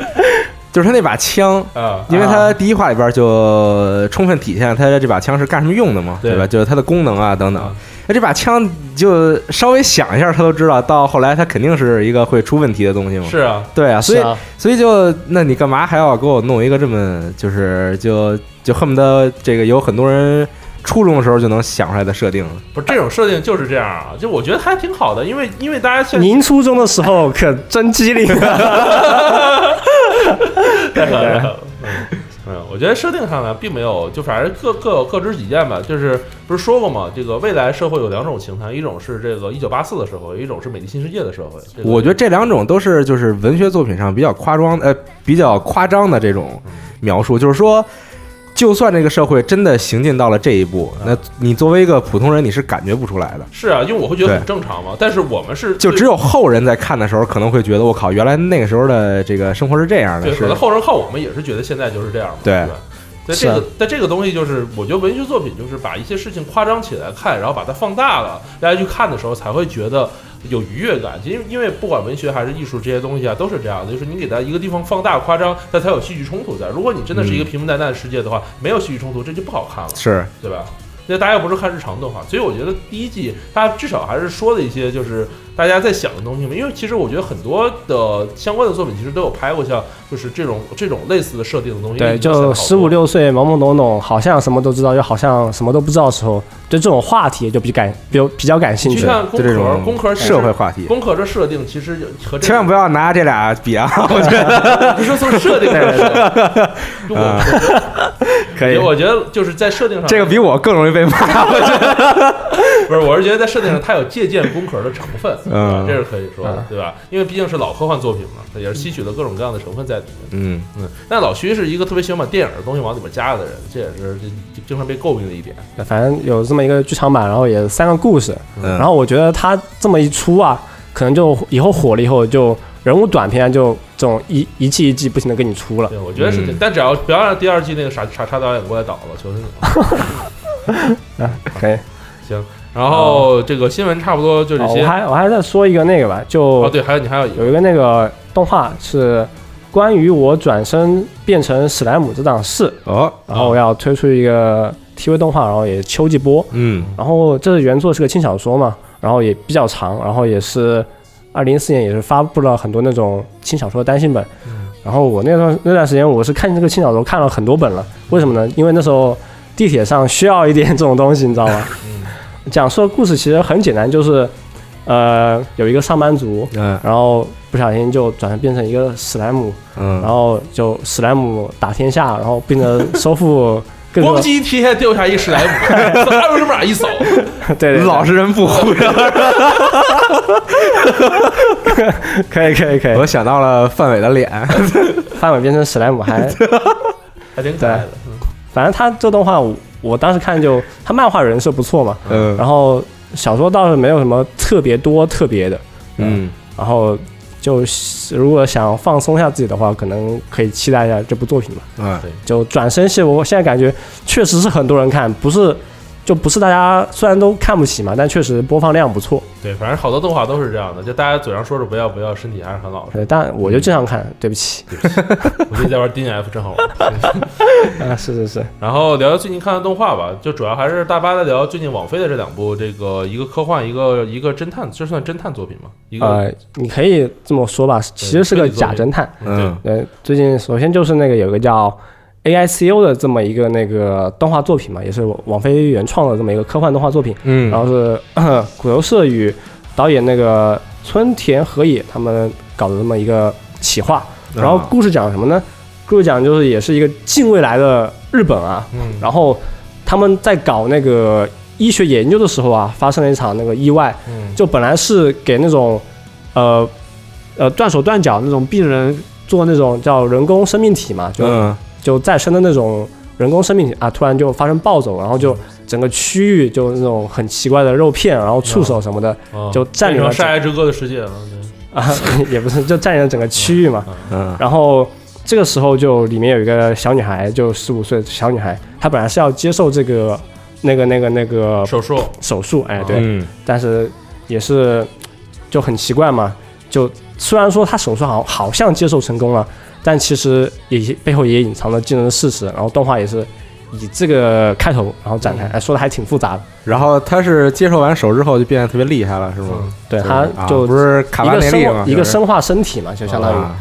就是他那把枪，
啊，
因为他第一话里边就充分体现他这把枪是干什么用的嘛，
对
对吧？就是它的功能啊等等
啊。
那这把枪就稍微想一下，他都知道，到后来他肯定是一个会出问题的东西嘛。
是啊，
对啊，所以
是啊
所以就那你干嘛还要给我弄一个这么就是就就恨不得这个有很多人初中的时候就能想出来的设定？
不是这种设定就是这样啊，就我觉得还挺好的，因为因为大家 现在
您初中的时候可真机灵啊！
太狠
啊
了。嗯嗯，我觉得设定上呢，并没有，就反正各各各执己见吧。就是不是说过吗？这个未来社会有两种形态，一种是这个一九八四的社会，一种是美丽新世界的社会。这个
我觉得这两种都是就是文学作品上比较夸张呃比较夸张的这种描述，就是说，就算这个社会真的行进到了这一步，那你作为一个普通人你是感觉不出来的，
是啊，因为我会觉得很
对
正常嘛。但是我们是
就
对
只有后人在看的时候可能会觉得我靠，原来那个时候的这个生活是这样的，
对，
是
可能后人靠我们也是觉得现在就是这样嘛。
对
吧。在
是
这
啊
个，在这个东西就是，我觉得文学作品就是把一些事情夸张起来看，然后把它放大了，大家去看的时候才会觉得有愉悦感。因为因为不管文学还是艺术这些东西啊，都是这样的，就是你给它一个地方放大夸张，它才有戏剧冲突在。如果你真的是一个
嗯
平平淡淡的世界的话，没有戏剧冲突，这就不好看了。
是
对吧？那大家又不是看日常动画，所以我觉得第一季它至少还是说了一些就是大家在想的东西嘛。因为其实我觉得很多的相关的作品其实都有拍过像就是这种这种类似的设定的东西。
对，
已经想好多
就十五六岁懵懵懂懂，好像什么都知道，又好像什么都不知道的时候，对这种话题也就比感比较比较感兴
你去
趣。
看
就
工
这
壳，
种
工壳其实
社会话题，
工壳的设定其实和这
千万不要拿这俩比啊！我觉得
你说从设 定上说，就我
可以，
我觉得就是在设定上
啊这个比我更容易被骂。
不是，我是觉得在设定上它有借鉴工壳的成分，
嗯
这是可以说的，对吧？因为毕竟是老科幻作品嘛，它也是吸取了各种各样的成分在里面。
嗯，
嗯，但老徐是一个特别喜欢把电影的东西往里边加的人，这也是这经常被诟病的一点。
反正有这么一个剧场版，然后也三个故事，
嗯
然后我觉得他这么一出啊，可能就以后火了以后就人物短片啊就这种一一季一季不停的给你出了。
对，我觉得是这，
嗯
但只要不要让第二季那个傻傻叉导演过来导了，求求你了。
可以，
行，然后这个新闻差不多就这
哦
些
我。还我还再说一个那个吧，就、
哦，对，还有你还有一个，
有一个那个动画是关于我转身变成史莱姆这档事，
哦，
然后我要推出一个 TV 动画，然后也秋季播。
嗯
然后这原作是个轻小说嘛，然后也比较长，然后也是二零一四年也是发布了很多那种轻小说单行本。然后我那段那段时间我是看这个轻小说看了很多本了，为什么呢？因为那时候地铁上需要一点这种东西，你知道吗？讲述的故事其实很简单，就是呃有一个上班族，
嗯
然后不小心就转变成一个史莱姆，然
嗯，
后就史莱姆打天下，然后并且 收复更多
咣。叽一踢掉下一史莱姆，二维码一扫，
对 对，对
老实人不忽悠。
可以可以可以
我，想到了范伟的脸，
范伟变成史莱姆还，
还挺可爱的。
反正他这动画我我当时看就他漫画人设不错嘛，
嗯
然后小说倒是没有什么特别多特别的，
嗯，
然后就是如果想放松一下自己的话，可能可以期待一下这部作品吧。
嗯
就转身系，我现在感觉确实是很多人看，不是就不是大家虽然都看不起嘛，但确实播放量不错。
对，反正好多动画都是这样的，就大家嘴上说着不要不要，身体还是很老实。
对，但我就经常看，对不起。
我最近在玩 D N F，真好玩。
啊，是是是，
然后聊聊最近看的动画吧，就主要还是大巴在聊最近网飞的这两部，这个一个科幻，一个一个侦探，这算侦探作品吗？一个、
呃，你可以这么说吧，其实是个假侦探。
嗯
呃，最近首先就是那个有个叫 AICU E 的这么一个那个动画作品嘛，也是网飞原创的这么一个科幻动画作品，
嗯
然后是咳骨头社与导演那个村田和也他们搞的这么一个企划。
嗯
然
啊
后故事讲什么呢？故事讲就是也是一个近未来的日本啊，
嗯，
然后他们在搞那个医学研究的时候啊，发生了一场那个意外，
嗯
就本来是给那种呃呃断手断脚那种病人做那种叫人工生命体嘛，就、
嗯
就再生的那种人工生命体啊，突然就发生暴走，然后就整个区域就那种很奇怪的肉片，然后触手什么的、
哦
就占领
变
了
成山崖之歌的世界了。对
啊， 也不是就占领了整个区域嘛，
嗯
然后。这个时候就里面有一个小女孩，就十五岁的小女孩，她本来是要接受这个那个那个那个
手术，
手术，哎，对，
嗯
但是也是就很奇怪嘛。就虽然说他手术好好像接受成功了，但其实也背后也隐藏了惊人的事实。然后动画也是以这个开头然后展
嗯
开，哎，说的还挺复杂的。
然后他是接受完手之后就变得特别厉害了，是吗？
对，
就是
他
啊
就
不是卡
一
巴
个
内利
生
吗
化？一个生化身体嘛，就相当于。
啊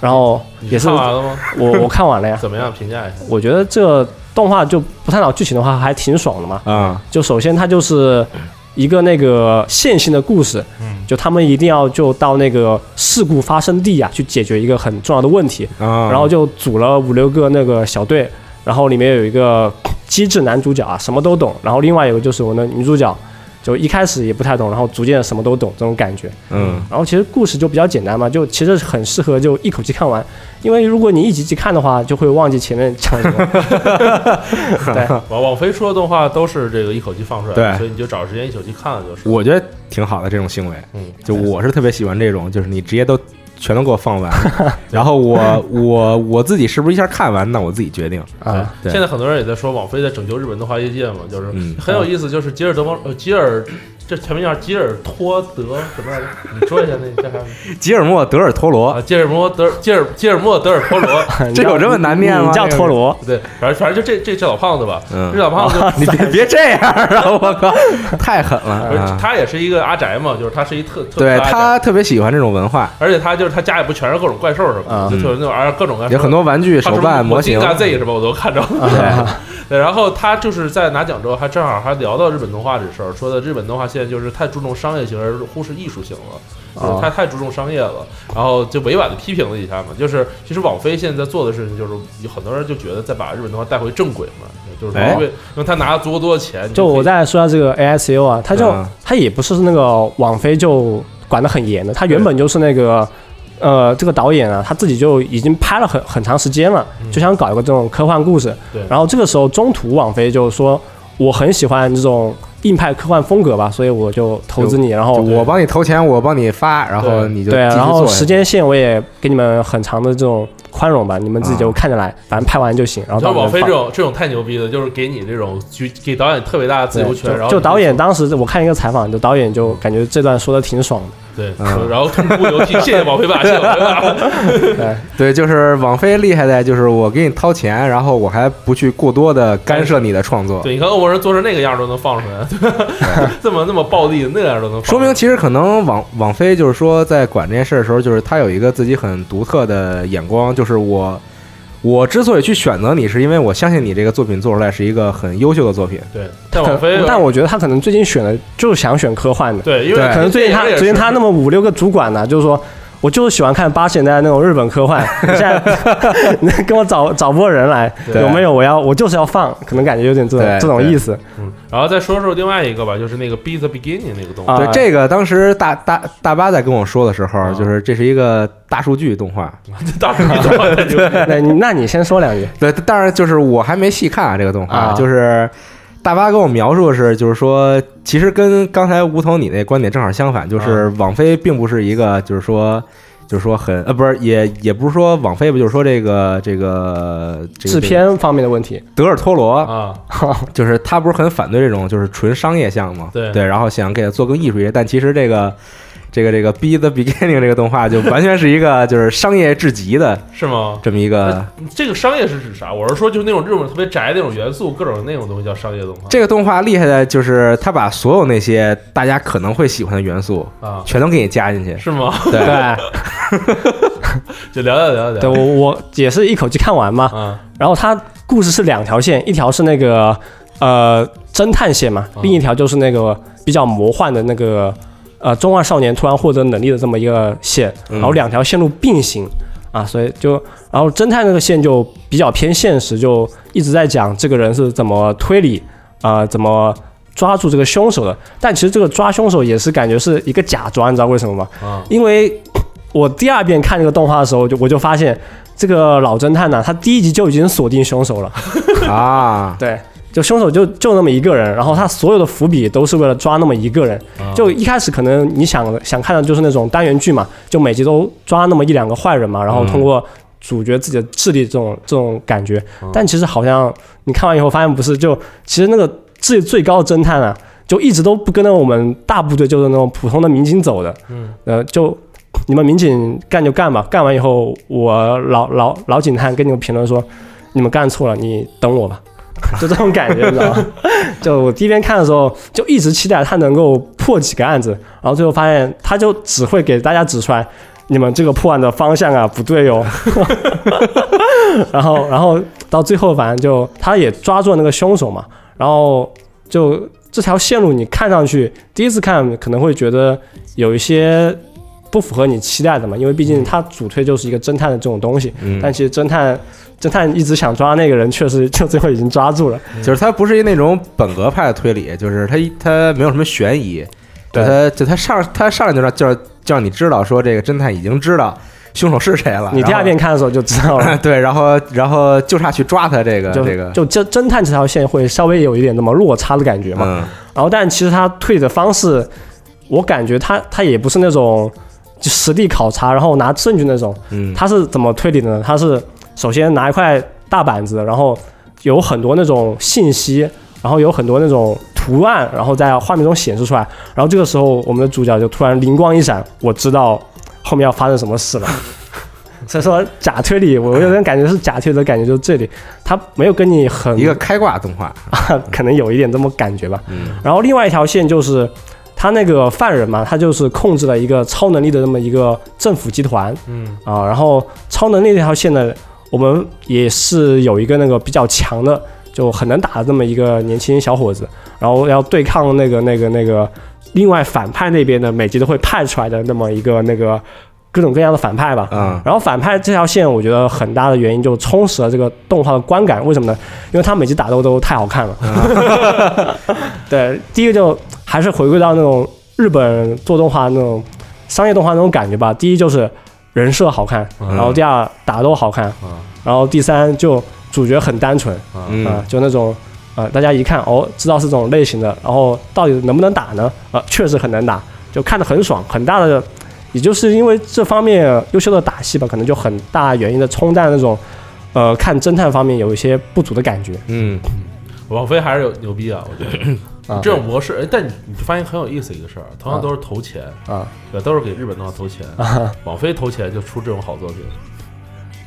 然后
嗯你
也是
看完了吗？
我我看完了呀，
怎么样评价一下？
我觉得这动画就不探讨剧情的话，还挺爽的嘛。
啊
就首先它就是一个那个线性的故事，
嗯，
就他们一定要就到那个事故发生地啊去解决一个很重要的问题，
啊！
然后就组了五六个那个小队，然后里面有一个机智男主角啊，什么都懂，然后另外一个就是我们的女主角，就一开始也不太懂，然后逐渐什么都懂这种感觉。
嗯
然后其实故事就比较简单嘛，就其实很适合就一口气看完，因为如果你一集集看的话，就会忘记前面讲什么。对，
网网飞出的动画都是这个一口气放出来的，
对
所以你就找时间一口气看了就是。
我觉得挺好的这种行为，
嗯，
就我是特别喜欢这种，就是你直接都全都给我放完， 然后我我我自己是不是一下看完，那我自己决定。
啊，
对
现在很多人也在说网飞在拯救日本动画业界嘛，就是
嗯
很有意思，就是吉尔德摩呃吉尔这全名叫吉尔托德什么来着？你说一下那叫啥名？
吉尔莫·德尔托罗
啊，，吉尔摩德尔吉尔吉尔莫德尔托 罗。
你
这
叫
有这么难念吗
你叫陀螺，
对，反正反正就这这这老胖子吧，
嗯
这老胖
啊
子就
你别别这样啊！我靠，太狠了！
不是
啊、
他也是一个阿宅嘛，就是他是一特特
对
别阿宅
他特别喜欢这种文化，
而且他就是他家也不全是各种怪兽什么的，
嗯
就就是那种啊各种各样
有很多玩具、手办、模型。
大 Z 什么我都看着了。 对，然后他就是在拿奖之后，还正好还聊到日本动画这事儿，说的日本动画现在就是太注重商业性而忽视艺术性了，就是
哦
他太注重商业了，然后就委婉的批评了一下嘛。就是其实网飞现在在做的事情，就是有很多人就觉得在把日本动画带回正轨嘛，就是说
哎
因为因为他拿了足够多的钱，
就我
在
再说到这个 ASU 啊，它就、
嗯
它也不是那个网飞就管得很严的，它原本就是那个呃这个导演啊，他自己就已经拍了很很长时间了，
嗯
就想搞一个这种科幻故事。
对
然后这个时候中途网飞就说我很喜欢这种硬派科幻风格吧，所以我就投资你，然后
就我帮你投钱，我帮你发，然后
对
你就
哦对，啊
继续
然后
做下去
时间线我也给你们很长的这种宽容吧，你们自己就
啊
看着来，反正拍完就行。然后到
像网飞
时
这
候放
种这种太牛逼了，就是给你这种去给导演特别大的自由
对
权，
就
然后
就
你
导演当时我看一个采访，就导演就感觉这段说的挺爽的，
对，
嗯
然后不由替谢谢王飞爸，谢谢王飞爸，
对，
对，就是网飞厉害在就是我给你掏钱，然后我还不去过多的干涉你的创作，
对，你看恶魔人做成那个样儿都能放出 来，这么那么暴力的那样儿都能放出
说
来，
明其实可能网网飞就是说在管这件事的时候，就是他有一个自己很独特的眼光，就是我我之所以去选择你，是因为我相信你这个作品做出来是一个很优秀的作品。
对，但网飞，
但我觉得他可能最近选的就是想选科幻的，
对，因为哎
对
可能最近他
这也是
最近他那么五六个主管呢、就是说。我就是喜欢看八十年代那种日本科幻，你现在 你跟我找找波人来，
对
有没有？我要我就是要放，可能感觉有点这种
对
这种
对
意思。
嗯，然后再说说另外一个吧，就是那个 Be the Beginning 那个动画，
啊
对，这个当时大大大巴在跟我说的时候，
啊
就是这是一个大数据动画。
当时那动画太牛逼了
那你那你先说两句，
对，当然就是我还没细看啊，这个动画，
啊
就是大巴跟我描述的是，就是说，其实跟刚才吴桐你那观点正好相反，就是网飞并不是一个，就是说。就是说很呃，不是也也不是说网飞吧，就是说这个这个这个
制片方面的问题。
德尔托罗，
啊，
就是他不是很反对这种就是纯商业项目，
对
然后想给他做更艺术一些，但其实这个这个这个《Be the Beginning》这个动画就完全是一个就是商业至极的
是吗？
这么一个。
这个商业是指啥？我是说，就是那种这种特别宅那种元素，各种那种东西叫商业动画。
这个动画厉害的就是他把所有那些大家可能会喜欢的元素
啊，
全都给你加进 去，
是吗？
对，
就聊聊聊聊
对
聊。
我我也是一口气看完嘛，
啊，
然后它故事是两条线，一条是那个呃侦探线嘛，
嗯
另一条就是那个比较魔幻的那个呃中二少年突然获得能力的这么一个线，
嗯
然后两条线路并行啊，所以就然后侦探那个线就比较偏现实，就一直在讲这个人是怎么推理啊、怎么。抓住这个凶手的，但其实这个抓凶手也是感觉是一个假抓，你知道为什么吗？
啊，
因为我第二遍看这个动画的时候，就我就发现这个老侦探呢、他第一集就已经锁定凶手了，
啊，
对。就凶手就就那么一个人，然后他所有的伏笔都是为了抓那么一个人。
啊
就一开始可能你想想看的就是那种单元剧嘛，就每集都抓那么一两个坏人嘛，然后通过主角自己的智力这种这种感觉。但其实好像你看完以后发现不是，就其实那个智力最高的侦探啊，就一直都不跟着我们大部队，就是那种普通的民警走的。
嗯，
呃，就你们民警干就干吧，干完以后，我老老老警探跟你们评论说，你们干错了，你等我吧，就这种感觉，你知道吗？就我第一遍看的时候，就一直期待他能够破几个案子，然后最后发现他就只会给大家指出来。你们这个破案的方向啊不对哟， 然后然后到最后反正就他也抓住了那个凶手嘛，然后就这条线路你看上去第一次看可能会觉得有一些不符合你期待的嘛，因为毕竟它主推就是一个侦探的这种东西。
嗯，
但其实侦探，侦探一直想抓那个人，确实就最后已经抓住了。
就是他不是那种本格派的推理，就是他他没有什么悬疑，就
对
他就他上他上来就让就让就让你知道说这个侦探已经知道凶手是谁了，
你第
啊然
二
后，
遍看的时候就知道 了
对，然后然后就差去抓他这个
就
啊这个，
就侦侦探这条线会稍微有一点那么落差的感觉嘛。
嗯
然后，但其实他推理的方式，我感觉他他也不是那种就实地考察然后拿证据那种，
嗯，
他是怎么推理的呢？他是首先拿一块大板子，然后有很多那种信息，然后有很多那种图案，然后在画面中显示出来。然后这个时候，我们的主角就突然灵光一闪，我知道后面要发生什么事了。 所以说假推理，我有点感觉是假推理的感觉，就是这里他没有跟你很
一个开挂动画，
可能有一点这么感觉吧。
嗯
然后另外一条线就是，他那个犯人嘛，他就是控制了一个超能力的这么一个政府集团
嗯
啊。然后超能力这条线呢，我们也是有一个那个比较强的，就很能打的这么一个年轻小伙子，然后要对抗那个那个那个另外反派那边的每集都会派出来的那么一个那个各种各样的反派吧。
嗯
然后反派这条线，我觉得很大的原因就充实了这个动画的观感。为什么呢？因为他每集打斗都太好看了。 对，第一个就还是回归到那种日本做动画那种商业动画那种感觉吧。第一就是人设好看，
嗯
然后第二打斗好看，
啊
然后第三就主角很单纯
啊
啊、
嗯
就那种。啊、大家一看哦，知道是这种类型的，然后到底能不能打呢？呃，确实很能打，就看得很爽，很大的，也就是因为这方面优秀的打戏吧，可能就很大原因的冲淡那种，呃，看侦探方面有一些不足的感觉。
嗯，
王菲还是有牛逼啊，我觉得
啊
这种模式，哎，但你你就发现很有意思一个事儿，同样都是投钱，
啊，
对，都是给日本动画投钱，网飞投钱就出这种好作品，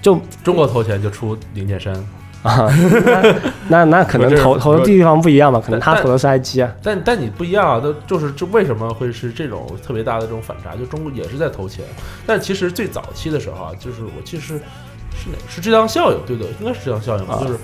就
中国投钱就出《灵剑山》，
啊， 那那那可能
不是
投投的地方不一样嘛，可能他
但
投的是 IG 啊，
但但你不一样啊，都就是这为什么会是这种特别大的这种反差？就中国也是在投钱，但其实最早期的时候啊，就是我记得是是哪个是质量效应，对对，应该是质量效应吧，
啊
就是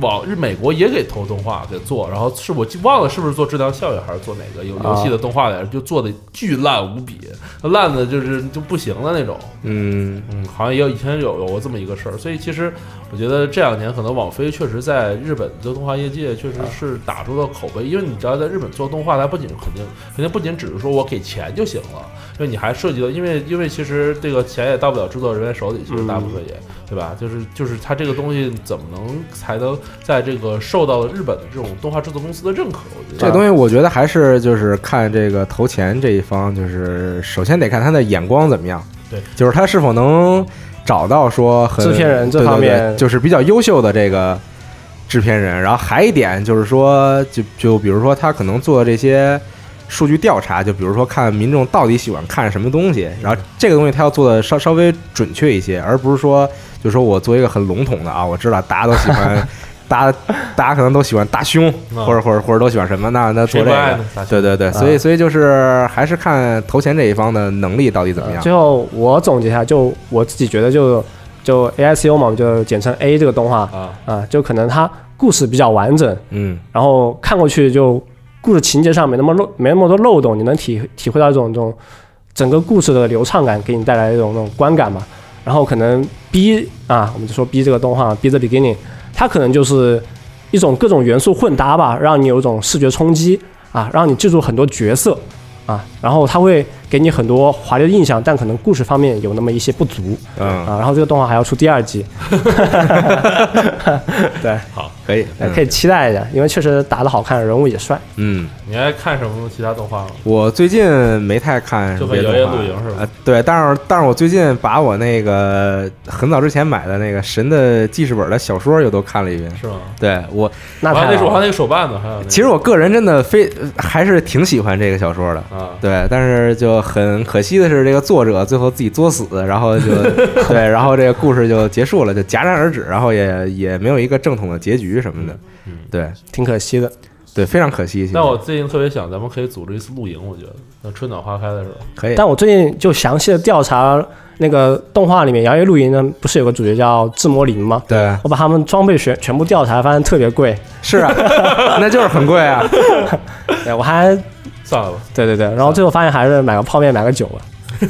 往日美国也给投动画给做，然后是我记忘了是不是做质量效应还是做哪个有
啊
游戏的动画来着，就做的巨烂无比，烂的就是就不行了那种。
嗯
嗯，好像也有以前有有过这么一个事儿，所以其实我觉得这两年可能网飞确实在日本的动画业界确实是打出了口碑，因为你知道在日本做动画，它不仅肯定肯定不仅只是说我给钱就行了，因为你还涉及到，因
嗯
为因为其实这个钱也到不了制作人员手里，其实大部分也、对吧？就是就是它这个东西怎么能才能在这个受到日本的这种动画制作公司的认可？我觉得
啊
这东西我觉得还是就是看这个投钱这一方，就是首先得看他的眼光怎么样，
对，
就是他是否能找到说很
制片人这
对对
方
对
面
就是比较优秀的这个制片人。然后还一点就是说，就就比如说他可能做这些数据调查，就比如说看民众到底喜欢看什么东西，然
嗯
后这个东西他要做的稍稍微准确一些，而不是说就说我做一个很笼统的啊，我知道大家都喜 欢。大家大家可能都喜欢大胸，
啊
或者或者或者都喜欢什么？那那
谁
做这
不爱
个
呢，？大啊家
对对对，所以所以就是还是看投钱这一方的能力到底怎么
呃
样
最。后我总结一下，就我自己觉得就就 AICO 嘛，我们就简称 A 这个动画
啊，
啊，就可能它故事比较完整，
嗯
然后看过去就故事情节上没那么漏，没那么多漏洞，你能体体会到这种这种整个故事的流畅感，给你带来一种那种观感嘛。然后可能 B 啊，我们就说 B 这个动画 B the beginning，它可能就是一种各种元素混搭吧，让你有一种视觉冲击啊，让你记住很多角色啊，然后它会给你很多华丽的印象，但可能故事方面有那么一些不足
嗯，
啊。然后这个动画还要出第二季，
嗯
对，
好，哎
可以
呃可以期待一下，因为确实打得好看，人物也帅。
嗯，
你还看什么其他动画吗？
我最近没太看
就和
别的
摇
动
曳
画
露营是吧
呃对，但是但是我最近把我那个很早之前买的那个《神的记事本》的小说又都看了一遍。
是吗？
对
哎
我，
那
我还
太
有那
好
我还有那
了
个手办呢，还有那个
其实我个人真的非还是挺喜欢这个小说的。
啊，
对，但是就很可惜的是，这个作者最后自己作死，然后 就对，然后这个故事就结束了，就戛然而止，然后也也没有一个正统的结局什么的
嗯，
对
挺可惜的。
对，非常可惜。其实
但我最近特别想，咱们可以组织一次露营，我觉得，那春暖花开的时候，
可以，
但我最近就详细的调查那个动画里面《摇曳露营》呢，不是有个主角叫智魔林吗？
对，
我把他们装备全全部调查，发现特别贵。
是啊， 那就是很贵啊，
对，哎我还
算了吧，
对对对，然后最后发现还是买个泡面，买个酒吧。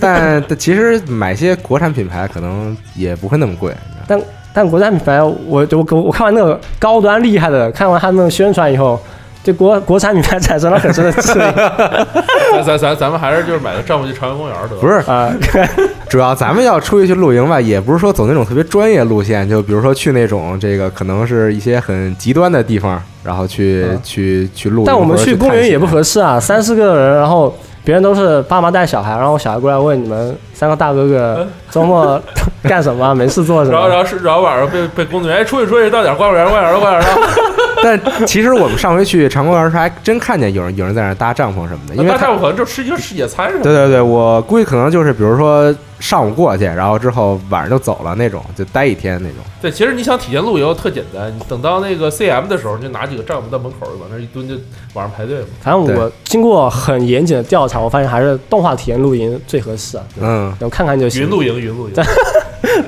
但但其实买些国产品牌可能也不会那么贵。
但但国产品牌，我就我我看完那个高端厉害的，看完他们的宣传以后，对国国产品牌产生了很深的质疑
咱 咱咱咱们还是就是买个帐篷去朝阳公园得了。
不，是，
啊。
主要咱们要出去去露营吧，也不是说走那种特别专业路线，就比如说去那种这个可能是一些很极端的地方，然后去、去去露营。
啊但我们
或者
去公
探
园
险嗯
也不合适啊，三四个人，然后别人都是爸妈带小孩，然后小孩过来问你们三个大哥哥周末 干什么啊，没事做什
嗯然后然
么？
后是然后晚上被被工作人员哎出去出去，到点儿关门儿关门儿关门儿了，
但其实我们上回去长光园时候还真看见有人有人在那儿搭帐篷什么
啊
的，因为
大
他
概我可能就吃一个野餐什么
对
的。
对对，我估计可能就是比如说上午过去，然后之后晚上就走了那种，就待一天那种。
对，其实你想体验露营特简单，你等到那个 CM 的时候，你就拿几个帐篷到门口儿往那儿一蹲，就晚上排队嘛。
反正
对
我经过很严谨的调查，我发现还是动画体验露营最合适啊，
嗯，
能看看就行。
云露营，云露营。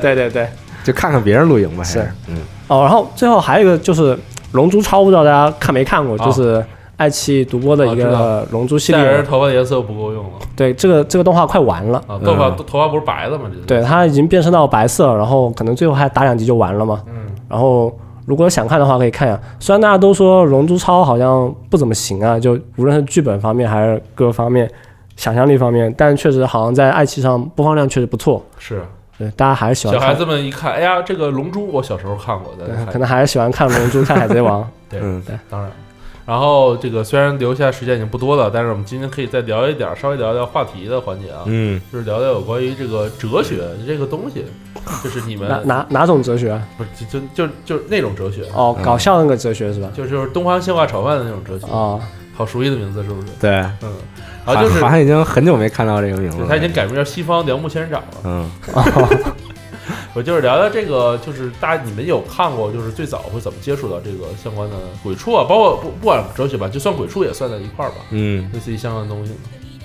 对对对。
就看看别人露营吧，还
是
嗯，
哦，然后最后还有一个就是《龙珠超》，不知道大家看没看过，
啊
就是爱奇艺独播的一
啊知道
个《龙珠》系
但
列
是。头发的颜色不够用了
对，这个这个动画快完了，
啊，头发头发不是白的吗？这
嗯对，它已经变身到白色，然后可能最后还打两集就完了嘛。
嗯，
然后如果想看的话可以看一下，虽然大家都说《龙珠超》好像不怎么行啊，就无论是剧本方面还是各方面想象力方面，但确实好像在爱奇艺上播放量确实不错，
是
对，大家还是喜欢
小孩
看。
子们一看，哎呀，这个《龙珠》我小时候看过的，
对
再看一
可能还是喜欢看《龙珠》、看《海 贼王》。
对，
嗯
当然。然后这个虽然留下时间已经不多了，但是我们今天可以再聊一点儿，稍微聊一聊话题的环节啊，
嗯，
就是聊聊有关于这个哲学这个东西，就是你们
哪哪哪种哲学啊？
不是就就就就是那种哲学，
哦，搞笑那个哲学是吧？
就就是东方鲜花炒饭的那种哲学，
啊
哦，
好熟悉的名字是不是？
对，
嗯，然后就是
好像已经很久没看到这个名字
就
了，
是他已经改名叫西方良木仙人掌了。
嗯
我就是聊聊这个，就是大家你们有看过，就是最早会怎么接触到这个相关的鬼畜啊，包括不不管哲学吧，就算鬼畜也算在一块儿吧，
嗯
类似于相关的东西。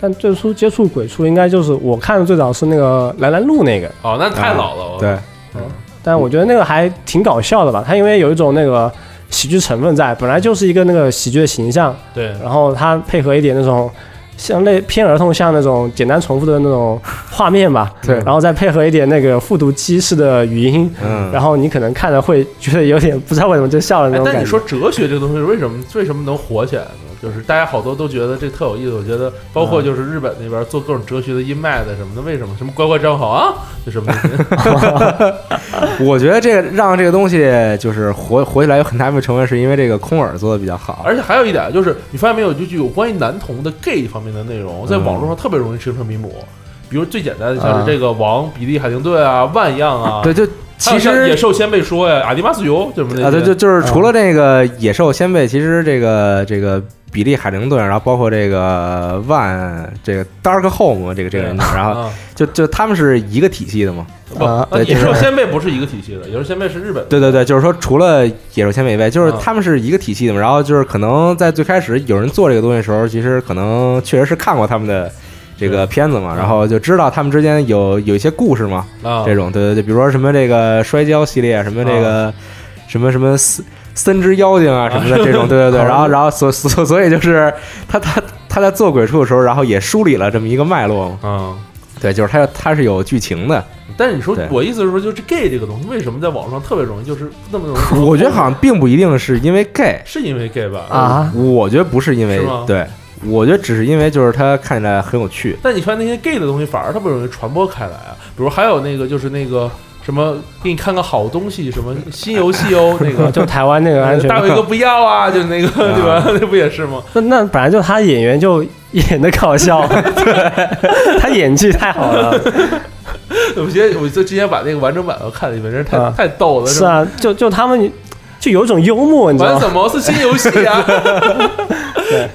但最初接触鬼畜应该就是我看的最早是那个《兰兰路》那个，
哦，那太老了，我
啊对，
但我觉得那个还挺搞笑的吧。它因为有一种那个喜剧成分在，本来就是一个那个喜剧的形象，
对
然后它配合一点那种像类偏儿童像那种简单重复的那种画面吧，
对
然后再配合一点那个复读机式的语音，
嗯
然后你可能看着会觉得有点不知道为什么就笑了那
哎
种，感觉。
但你说哲学这个东西为什么为什么能火起来呢？就是大家好多都觉得这特有意思，我觉得包
嗯
括就是日本那边做各种哲学的音麦的什么的，为什么什么乖乖张好啊，就什么东 西
我觉得这个让这个东西就是火火起来有很大一部分成分是因为这个空耳做的比较好，
而且还有一点就是，你发现没有，就是有关于男童的 gay 方面的内容，
嗯
在网络上特别容易形成迷母。比如最简单的像是这个王比利海廷顿啊、万样啊，
对，就
还有
其
像嗯野
实。
兽先辈说呀、阿迪马斯尤什么的
啊，对，就就是除了这个野兽先辈，其实这个这个比利海灵顿，然后包括这个万这个 Dark Home 这个这个人，然后
啊，
就就他们是一个体系的嘛，
不，
啊
啊
对
野
就是
兽先辈不是一个体系的，野兽先辈是日本的。
对对对，就是说除了野兽先辈以外，就是
嗯
他们是一个体系的嘛。然后就是可能在最开始有人做这个东西的时候，其实可能确实是看过他们的这个片子嘛，然后就知道他们之间有有一些故事嘛，
啊，
这种对对对，比如说什么这个摔跤系列，啊什么这个、什么什么森森之妖精啊什么的这 种，对对对。然后然后所所所以就是他他他在做鬼畜的时候，然后也梳理了这么一个脉络嘛。
啊。
对，就是他他是有剧情的。
但是你说
对，
我意思是说，就是 gay 这个东西，为什么在网上特别容易，就是那 么容易？
我觉得好像并不一定是因为 gay。
是因为 gay 吧？，
啊，
我觉得不是因为
是吗
对，我觉得只是因为就是它看起来很有趣。
但你发现那些 gay 的东西反而特别容易传播开来啊。比如还有那个就是那个什么，给你看个好东西，什么新游戏哦，那个
就台湾那个安 全
大
帽
卫哥不要啊，就是那个对吧？那不也是吗？
那那本来就他演员就演的搞笑，对，他演技太 好了，
我觉得我就之前把那个完整版我看了一遍，真是太
啊
太逗了。
是，啊，就就他们就有一种幽默，你知道
玩
吗？
什么是新游戏啊？
对，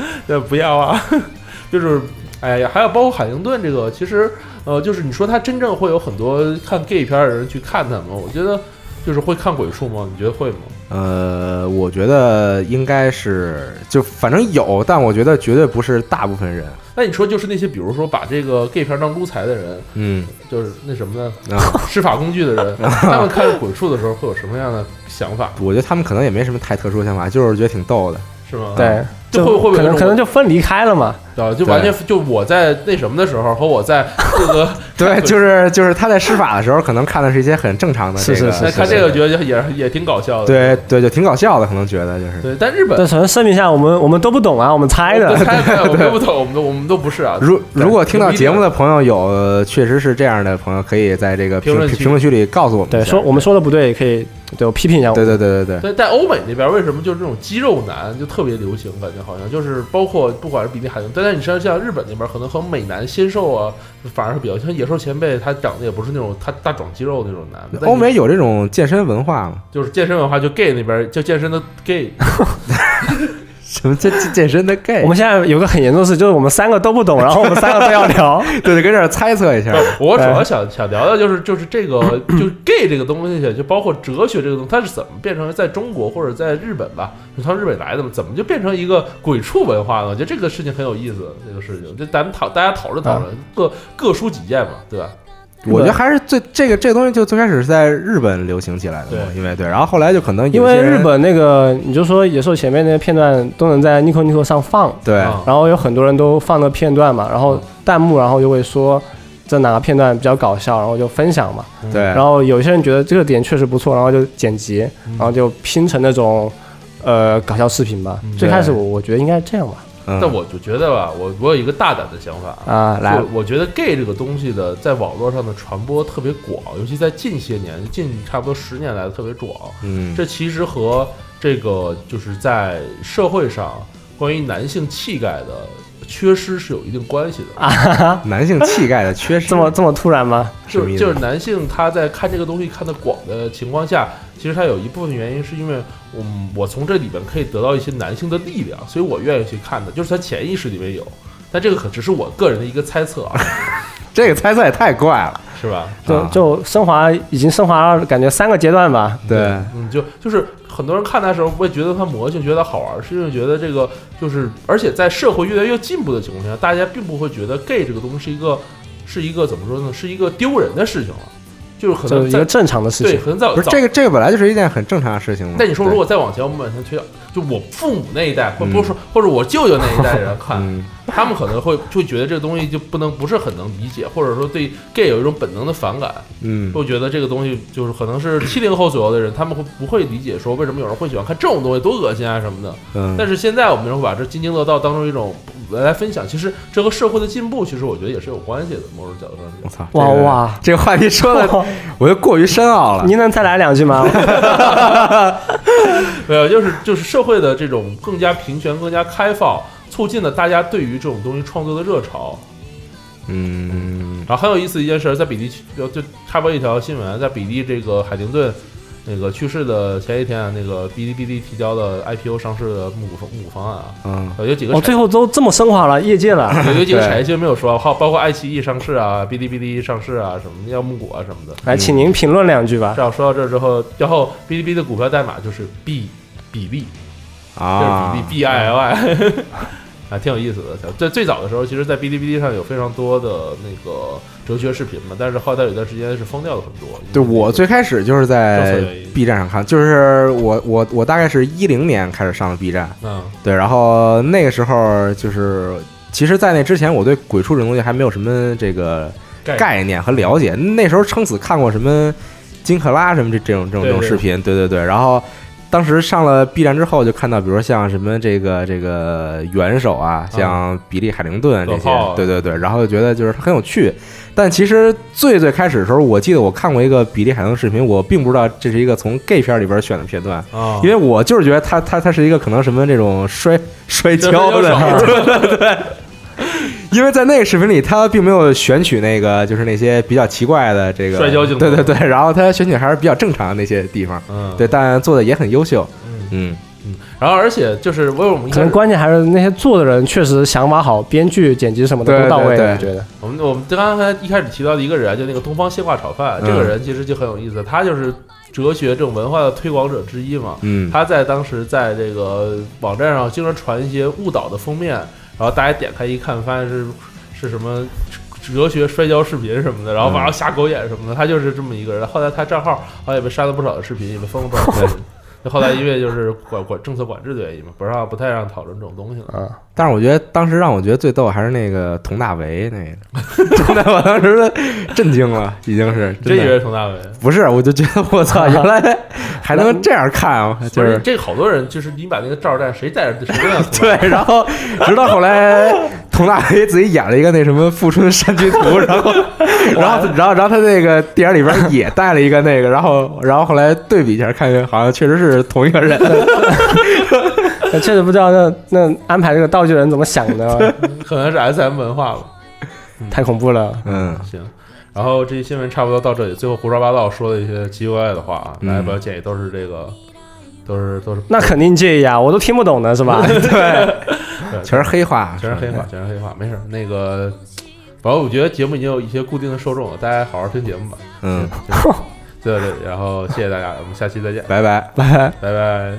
对，不要啊， 就是。哎呀，还有包括海灵顿这个，其实呃，就是你说他真正会有很多看 gay 片儿的人去看他吗？我觉得就是会看鬼畜吗？你觉得会吗？
呃，我觉得应该是就反正有，但我觉得绝对不是大部分人。
那你说就是那些比如说把这个 gay 片当撸财的人，
嗯
就是那什么呢，
啊，
施法工具的 人，他们看鬼畜的时候会有什么样的想法，
我觉得他们可能也没什么太特殊的想法，就是觉得挺逗的。
是吗？
对，
就会会不会有啊这
可能
种
可能就分离开了嘛？
啊，就完全就我在那什么的时候和我在这 个
对，就是就是他在施法的时候，可能看的是一些很正常的这
是
个，
是是
那看这个觉得也也挺搞笑的。
对对，就挺搞笑的，可能觉得就 是。
对，但日本
但首先声明一下，我们我们都不懂啊，我们猜的
我们。猜 的，我们都不懂，我们都我们都不是啊。
如如果听到节目的朋友有呃确实是这样的朋友，可以在这个
评
评
论区
评论区里告诉我们一
对，
啊
下。
说我们说的不对，也可以对我批评一下我
对
们。
对对对对，
对，在欧美那边为什么就是这种肌肉男就特别流行？感觉觉好像就是包括不管是比利海豚，但是你像像日本那边可能和美男新兽啊，反而是比较像野兽前辈，他长得也不是那种他大壮肌肉那种男的。
欧美有这种健身文化吗？
就是健身文化，就 gay 那边就健身的 gay，
什么健健身的 gay？
我们现在有个很严重的事，就是我们三个都不懂，然后我们三个都要 聊。
对对，跟这儿猜测一下。
我主
哎
要想想聊的就是就是这个就是 gay 这个东西，就包括哲学这个东西，它是怎么变成在中国或者在日本吧，就从日本来的嘛，怎么就变成一个鬼畜文化呢？我觉得这个事情很有意思，这个事情就咱们讨大家讨论
啊
讨论，各各抒己见嘛，对吧？
我觉得还是最这个这个东西就最开始是在日本流行起来的嘛，
对
因为对，然后后来就可能有
因为
些人
日本那个，你就说野兽前面那些片段都能在 Nico Nico 上放，
对
啊
然后有很多人都放了片段嘛，然后弹幕然后就会说这哪个片段比较搞笑，然后就分享嘛。
对，
然后有些人觉得这个点确实不错，然后就剪辑，然后就拼成那种呃搞笑视频吧。最开始我我觉得应该这样吧，
嗯
但我就觉得吧，我我有一个大胆的想法啊，
啊，来
就，我觉得 gay 这个东西的在网络上的传播特别广，尤其在近些年，近差不多十年来的特别广。
嗯
这其实和这个就是在社会上关于男性气概的缺失是有一定关系的。
男性气概的缺失，
这么这么突然吗？
什
就
么意
是
思
就是男性他在看这个东西看得广的情况下，其实他有一部分原因是因为我我从这里边可以得到一些男性的力量，所以我愿意去看的，就是他潜意识里面有。但这个可只是我个人的一个猜测啊，
这个猜测也太怪了，
是吧？
就
啊
就升华已经升华了，感觉三个阶段吧。
对，
嗯，就就是很多人看他的时候会觉得他魔性，觉得好玩，是因为觉得这个就是，而且在社会越来越进步的情况下，大家并不会觉得 gay 这个东西是一个是一个怎么说呢，是一个丢人的事情了，就是可
就是
能
一
在
个正常的事
对，
情。
可能在
不是这个这个本来就是一件很正常的事情嘛。
但你说，
对嗯
如果再往前，我们往前推，啊就我父母那一代，或不是说，或者我舅舅那一代 人看，
嗯
他们可能会就觉得这个东西就不能不是很能理解，或者说对 gay 有一种本能的反感。
嗯，
会觉得这个东西就是可能是七零后左右的人，他们会不会理解说为什么有人会喜欢看这种东西，多恶心啊什么的。
嗯
但是现在我们会把这津津乐道当成一种来分享，其实这和社会的进步，其实我觉得也是有关系的，某种角度上
我
讲。
操，
哇
这个
哇，
这个话题说 的我就过于深奥了。
哦您能再来两句吗？
没有，就是就是社会的这种更加平权、更加开放，促进了大家对于这种东西创作的热潮。
嗯，
然后很有意思的一件事，在比利就就插播一条新闻，在比利这个海灵顿那个去世的前一天啊，那个哔哩哔哩提交的 IPO 上市的募股方募股方案啊，
嗯，
呃有几个
哦，
产
最后都这么升华了，业界了。
有有几个
对
产业新闻没有说，好，包括爱奇艺上市啊、哔哩哔哩上市啊、什么的，要木果啊什么的。
来，请您评论两句吧
这。样说到这儿之后，然后哔哩哔哩的股票代码就是 B 比利，就是
啊
比利，B I L I，啊，挺有意思的。在最早的时候，其实，在哔哩哔哩上有非常多的那个哲学视频嘛，但是后来有段时间是封掉了很多。
对我最开始就是在
政策原因
B 站上看，就是我我我大概是一零年开始上的 B 站，
嗯
对，然后那个时候就是，其实，在那之前，我对鬼畜这种东西还没有什么这个
概
概念和了解。那时候撑死看过什么金克拉什么这这种这种这种
对对
视频，对对对。然后当时上了 B 站之后，就看到，比如像什么这个这个元首啊，像比利海灵顿这些
老炮啊，
对对对。然后就觉得就是很有趣。但其实最最开始的时候，我记得我看过一个比利海灵顿视频，我并不知道这是一个从 gay 片里边选的片段。
啊，
因为我就是觉得他他他是一个可能什么这种摔摔跤的，
对
因为在那个视频里他并没有选取那个就是那些比较奇怪的这个
摔跤镜头
对对对，然后他选取还是比较正常的那些地方，
嗯
对，但做的也很优秀，
嗯。
嗯，
然后，而且就是为我们一
可
开
能
始
关键还是那些做的人确实想法好，编剧、剪辑什么的
对
都到
对
位
对
了。我觉得
我们我们刚才一开始提到的一个人，就那个东方蟹挂炒饭，
嗯
这个人其实就很有意思，他就是哲学这种文化的推广者之一嘛。
嗯
他在当时在这个网站上经常传一些误导的封面，然后大家点开一看，发现是是什么哲学摔跤视频什么的，然后
嗯
马上瞎狗眼什么的。他就是这么一个人。后来他账号好像也被删了不少的视频，也被封了不少的视 频。就后来因为就是管管政策管制的原因嘛，不让不太让讨论这种东西了。
啊，
但是我觉得当时让我觉得最逗还是那个佟大为那个，真的我当时震惊了，已经是
真
真
以
的
为佟大为？
不是，我就觉得我操，原来还能这样看啊，
不
就是
这好多人，就是你把那个照带，谁带着谁都让佟大为
对，然后直到后来，佟大为自己演了一个那什么《富春山居图》，然后，然后，然后，然后他那个电影里边也带了一个 那个，然后，然后后来对比一下，看看好像确实是同一个人。
但确实不知道那那安排这个道具人怎么想的，
可能是 S M 文化吧。
太恐怖了。
嗯，
行，然后这期新闻差不多到这里，最后胡说八道说了一些奇奇怪怪的话啊，大家不要介意，都是这个，都是都是，
那肯定介意啊，我都听不懂呢，是吧？
全是黑话，
全是黑话，全是黑话，没事儿。那个，反正我觉得节目已经有一些固定的受众了，大家好好听节目吧。
嗯，
对，对对，然后谢谢大家，我们下期再见，
拜拜。
拜拜。